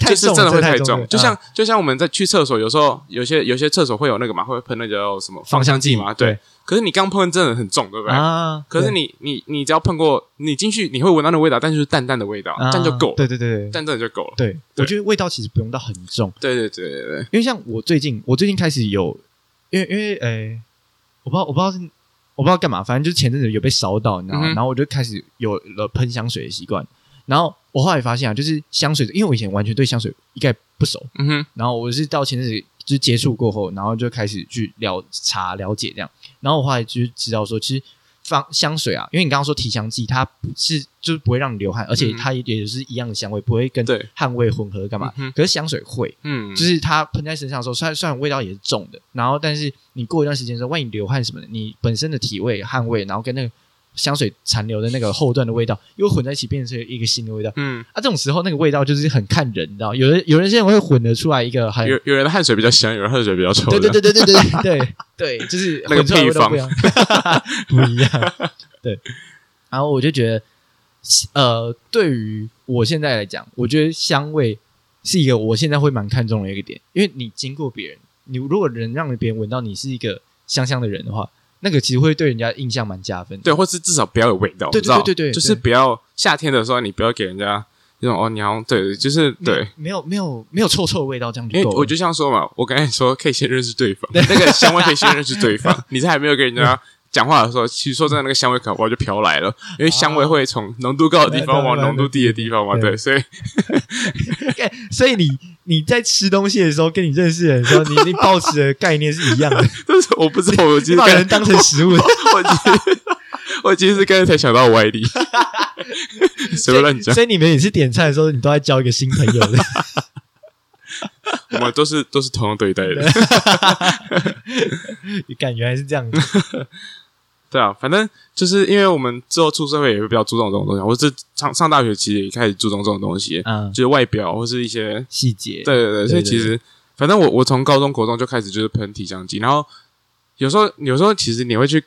[SPEAKER 1] 太
[SPEAKER 2] 就是
[SPEAKER 1] 重了，
[SPEAKER 2] 真的会
[SPEAKER 1] 太
[SPEAKER 2] 太
[SPEAKER 1] 重了，
[SPEAKER 2] 就像
[SPEAKER 1] 啊
[SPEAKER 2] 就像我们在去厕所，有时候有些有些厕所会有那个嘛，会喷那个叫什么
[SPEAKER 1] 芳香剂
[SPEAKER 2] 嘛，
[SPEAKER 1] 对
[SPEAKER 2] 对。可是你刚喷真的很重，对不对？
[SPEAKER 1] 啊，
[SPEAKER 2] 可是
[SPEAKER 1] 对
[SPEAKER 2] 你你你只要碰过，你进去你会闻到那味道，但就是淡淡的味道，
[SPEAKER 1] 啊
[SPEAKER 2] 这样就够了，
[SPEAKER 1] 对对对对
[SPEAKER 2] 但这样就够了。
[SPEAKER 1] 对，
[SPEAKER 2] 对
[SPEAKER 1] 我觉得味道其实不用到很重。
[SPEAKER 2] 对对对对对，
[SPEAKER 1] 因为像我最近，我最近开始有，因为因为诶、我不知道我不知道是我不知道干嘛，反正就是前阵子有被烧到，你知道吗？
[SPEAKER 2] 嗯哼
[SPEAKER 1] 然后我就开始有了喷香水的习惯。然后我后来发现啊，就是香水，因为我以前完全对香水一概不熟，
[SPEAKER 2] 嗯哼，
[SPEAKER 1] 然后我是到前阵子就是接触过后，然后就开始去了查了解这样，然后我后来就知道说，其实芳香水啊，因为你刚刚说提香剂，它不是就是不会让你流汗，而且
[SPEAKER 2] 嗯
[SPEAKER 1] 它也是一样的香味，不会跟
[SPEAKER 2] 对
[SPEAKER 1] 汗味混合干嘛
[SPEAKER 2] 嗯哼。
[SPEAKER 1] 可是香水会，
[SPEAKER 2] 嗯，
[SPEAKER 1] 就是它喷在身上的时候，虽然虽然味道也是重的，然后但是你过一段时间之后，万一流汗什么的，你本身的体味、汗味，然后跟那个香水残留的那个后段的味道又混在一起，变成一个新的味道。
[SPEAKER 2] 嗯，
[SPEAKER 1] 啊，这种时候那个味道就是很看人，你知道，有人有人现在会混得出来一个很，
[SPEAKER 2] 有有人的汗水比较香，有人的汗水比较臭，
[SPEAKER 1] 哎对对对，对对对对对，就是
[SPEAKER 2] 那个
[SPEAKER 1] 混出来的味道不一
[SPEAKER 2] 配
[SPEAKER 1] 样， 不一样，对。然后我就觉得，呃，对于我现在来讲，我觉得香味是一个我现在会蛮看重的一个点，因为你经过别人，你如果能让别人闻到你是一个香香的人的话，那个其实会对人家印象蛮加分的。
[SPEAKER 2] 对，或是至少不要有味道，
[SPEAKER 1] 对对
[SPEAKER 2] 你知道
[SPEAKER 1] 对对对
[SPEAKER 2] 就是不要夏天的时候你不要给人家。那种哦，你好像对，就是对，
[SPEAKER 1] 没有没有没有臭臭的味道，这样
[SPEAKER 2] 因
[SPEAKER 1] 就
[SPEAKER 2] 为
[SPEAKER 1] 嗯够了。
[SPEAKER 2] 我就像说嘛，我刚才说可以先认识 对方，那个香味可以先认识对方。你在还没有跟人家讲话的时候，其实说真的，那个香味搞不好就飘来了，因为香味会从浓度高的地方往浓度低的地方嘛，对，所以
[SPEAKER 1] 干所以你你在吃东西的时候，跟你认识的人的时候，你你抱持的概念是一样 的，
[SPEAKER 2] 但是我不知道，我其
[SPEAKER 1] 你
[SPEAKER 2] 实
[SPEAKER 1] 把
[SPEAKER 2] 刚才
[SPEAKER 1] 人当成食 物。
[SPEAKER 2] 我其实我其实是刚才才想到歪 理，随便乱讲，
[SPEAKER 1] 所以你们也是点菜的时候，你都在交一个新朋友 的，
[SPEAKER 2] 我们都是都是同样对待的。
[SPEAKER 1] 感原来是这样子。
[SPEAKER 2] 对啊，反正就是因为我们之后出社会也会比较注重这种东西，我是上上大学其实也开始注重这种东西，
[SPEAKER 1] 嗯
[SPEAKER 2] 就，是外表或是一些
[SPEAKER 1] 细节。
[SPEAKER 2] 对对对，所以
[SPEAKER 1] 对对
[SPEAKER 2] 其实反正我我从高中国中就开始就是喷体香剂，然后有时候有时候其实你会去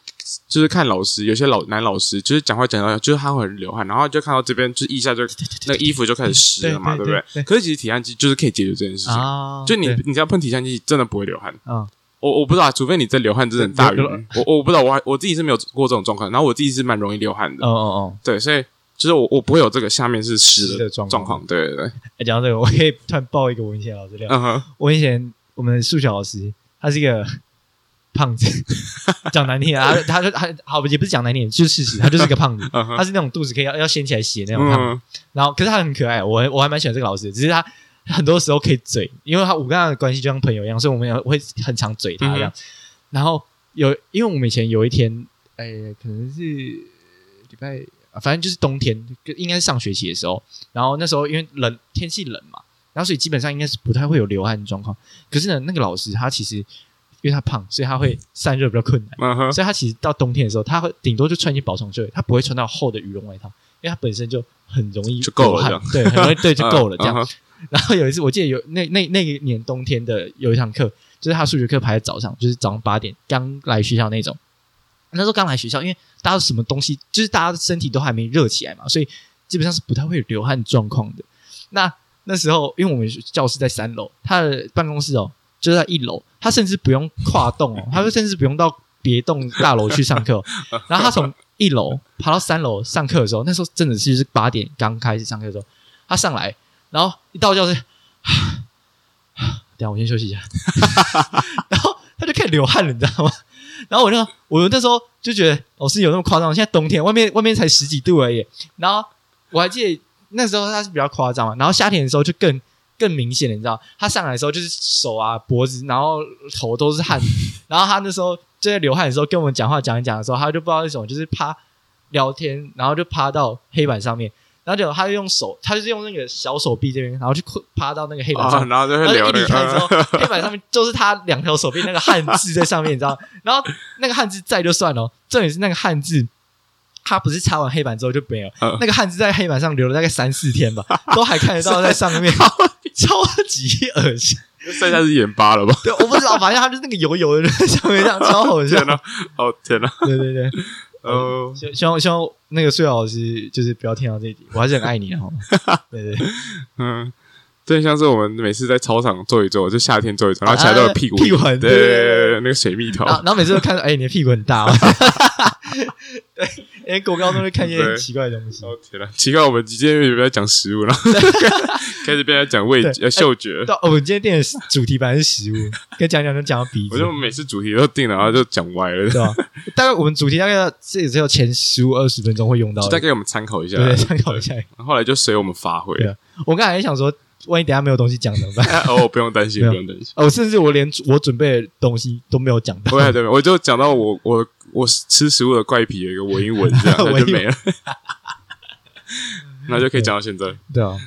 [SPEAKER 2] 就是看老师，有些老男老师就是讲话讲到就是他会很流汗，然后就看到这边就一下就那个衣服就开始湿了嘛，
[SPEAKER 1] 对对
[SPEAKER 2] 对不对？
[SPEAKER 1] 对对
[SPEAKER 2] 可是其实体香剂就是可以解决这件事情，
[SPEAKER 1] 啊，
[SPEAKER 2] 就你
[SPEAKER 1] 对
[SPEAKER 2] 你只要喷体香剂真的不会流汗。
[SPEAKER 1] 嗯
[SPEAKER 2] 我我不知道啊，除非你这流汗真的很大于
[SPEAKER 1] 流流
[SPEAKER 2] 我我不知道，我还我自己是没有过这种状况，然后我自己是蛮容易流汗的，
[SPEAKER 1] 哦哦
[SPEAKER 2] 对，所以就是我我不会有这个下面是湿
[SPEAKER 1] 湿
[SPEAKER 2] 的
[SPEAKER 1] 的状况
[SPEAKER 2] 状况，对对对，
[SPEAKER 1] 哦，哎讲到这个，我可以突然爆一个我以前老师料。
[SPEAKER 2] 嗯哼，
[SPEAKER 1] 我以前我们数学老师，他是一个胖 子，讲难听啊，他他他好也不是讲难听，就是事实，他就是个胖子，
[SPEAKER 2] 嗯哼
[SPEAKER 1] 他是那种肚子可以要要掀起来洗的那种胖子。
[SPEAKER 2] 嗯
[SPEAKER 1] 然后，可是他很可爱，我我还蛮喜欢这个老师的，只是他很多时候可以嘴，因为他我跟他的关系就像朋友一样，所以我们也会很常嘴他这样。然后有，因为我们以前有一天，哎，可能是礼拜，啊反正就是冬天，应该是上学期的时候。然后那时候因为冷，天气冷嘛，然后所以基本上应该是不太会有流汗的状况。可是呢，那个老师他其实因为他胖，所以他会散热比较困难。
[SPEAKER 2] 嗯哼，
[SPEAKER 1] 所以他其实到冬天的时候，他会顶多就穿一件薄长袖而已，他不会穿到厚的羽绒外套，因为他本身就很容易
[SPEAKER 2] 就够了
[SPEAKER 1] 流汗，对，很容易对就够了
[SPEAKER 2] 嗯
[SPEAKER 1] 这样
[SPEAKER 2] 嗯。哼
[SPEAKER 1] 然后有一次，我记得有那那那一年冬天的有一堂课，就是他数学课排在早上，就是早上八点刚来学校那种。那时候刚来学校，因为大家什么东西，就是大家身体都还没热起来嘛，所以基本上是不太会有流汗状况的。那那时候，因为我们教室在三楼，他的办公室哦就在一楼，他甚至不用跨栋哦，他就甚至不用到别栋大楼去上课哦、然后他从一楼爬到三楼上课的时候，那时候真的是就是八点刚开始上课的时候，他上来，然后一到教室，等一下我先休息一下， 然后他就开始流汗了，你知道吗？然后我就我那时候就觉得老师有那么夸张？现在冬天外面外面才十几度而已，然后我还记得那时候他是比较夸张嘛，然后夏天的时候就更更明显了，你知道，他上来的时候就是手啊、脖子，然后头都是汗，然后他那时候就在流汗的时候跟我们讲话讲一讲的时候，他就不知道为什么就是趴聊天，然后就趴到黑板上面，然后就他就用手，他就是用那个小手臂这边，然后就趴到那个黑板上
[SPEAKER 2] 啊，然后就
[SPEAKER 1] 然
[SPEAKER 2] 会
[SPEAKER 1] 后呃一
[SPEAKER 2] 流嗯那
[SPEAKER 1] 离开之后
[SPEAKER 2] 个，，
[SPEAKER 1] 哦黑板上面就是他两条手臂那个汉字在上面，你知道 吗？然后那个汉字在就算了哦，重点是那个汉字，他不是擦完黑板之后就没有，
[SPEAKER 2] 嗯
[SPEAKER 1] 那个汉字在黑板上留了大概三四 天吧，都还看得到在上面，超级恶心。
[SPEAKER 2] 剩下是眼巴了吧？
[SPEAKER 1] 对，我不知道，反正他就是那个油油的在上面，这样超好笑
[SPEAKER 2] 天。哪，哦天哪，
[SPEAKER 1] 对对对，
[SPEAKER 2] 哦，
[SPEAKER 1] 希希望希望那个睡老师就是不要听到这一集，我还是很爱你 的哈。对对对，
[SPEAKER 2] 嗯。对，像是我们每次在操场坐一坐，就夏天坐一坐，然后起来都有屁股
[SPEAKER 1] 啊屁股痕
[SPEAKER 2] 对
[SPEAKER 1] 对
[SPEAKER 2] 对
[SPEAKER 1] 对对
[SPEAKER 2] 对对，那个水蜜桃
[SPEAKER 1] 然，后然后每次都看到，哎，你的屁股很大哦。 对，因为国高中就看一些很奇怪的东西。
[SPEAKER 2] 哦天哪，奇怪，我们今天有没有在讲食物了？ 开始变成讲味
[SPEAKER 1] 对哎
[SPEAKER 2] 呃嗅觉，
[SPEAKER 1] 对，哦我们今天店的主题本来是食 物，跟讲讲就讲到鼻
[SPEAKER 2] 我
[SPEAKER 1] 子
[SPEAKER 2] 就，每次主题都定了，然后就讲歪了，
[SPEAKER 1] 对吧？大概我们主题大概要这也只有前十五二十分钟会用到
[SPEAKER 2] 就
[SPEAKER 1] 的，
[SPEAKER 2] 再给我们参考一下。
[SPEAKER 1] 对，参考一下。
[SPEAKER 2] 后来就随我们发挥。
[SPEAKER 1] 对啊我刚才还想说，万一等一下没有东西讲怎么办？
[SPEAKER 2] 哦，不用担心，
[SPEAKER 1] 没有
[SPEAKER 2] 不用担心。
[SPEAKER 1] 哦，甚至我连我准备的东西都没有讲到
[SPEAKER 2] 不。会，对不会，我就讲到我我我吃食物的怪 癖有一个闻一闻这样，那
[SPEAKER 1] 闻一
[SPEAKER 2] 就
[SPEAKER 1] 闻
[SPEAKER 2] 没了，那就可以讲到现在。
[SPEAKER 1] 对啊，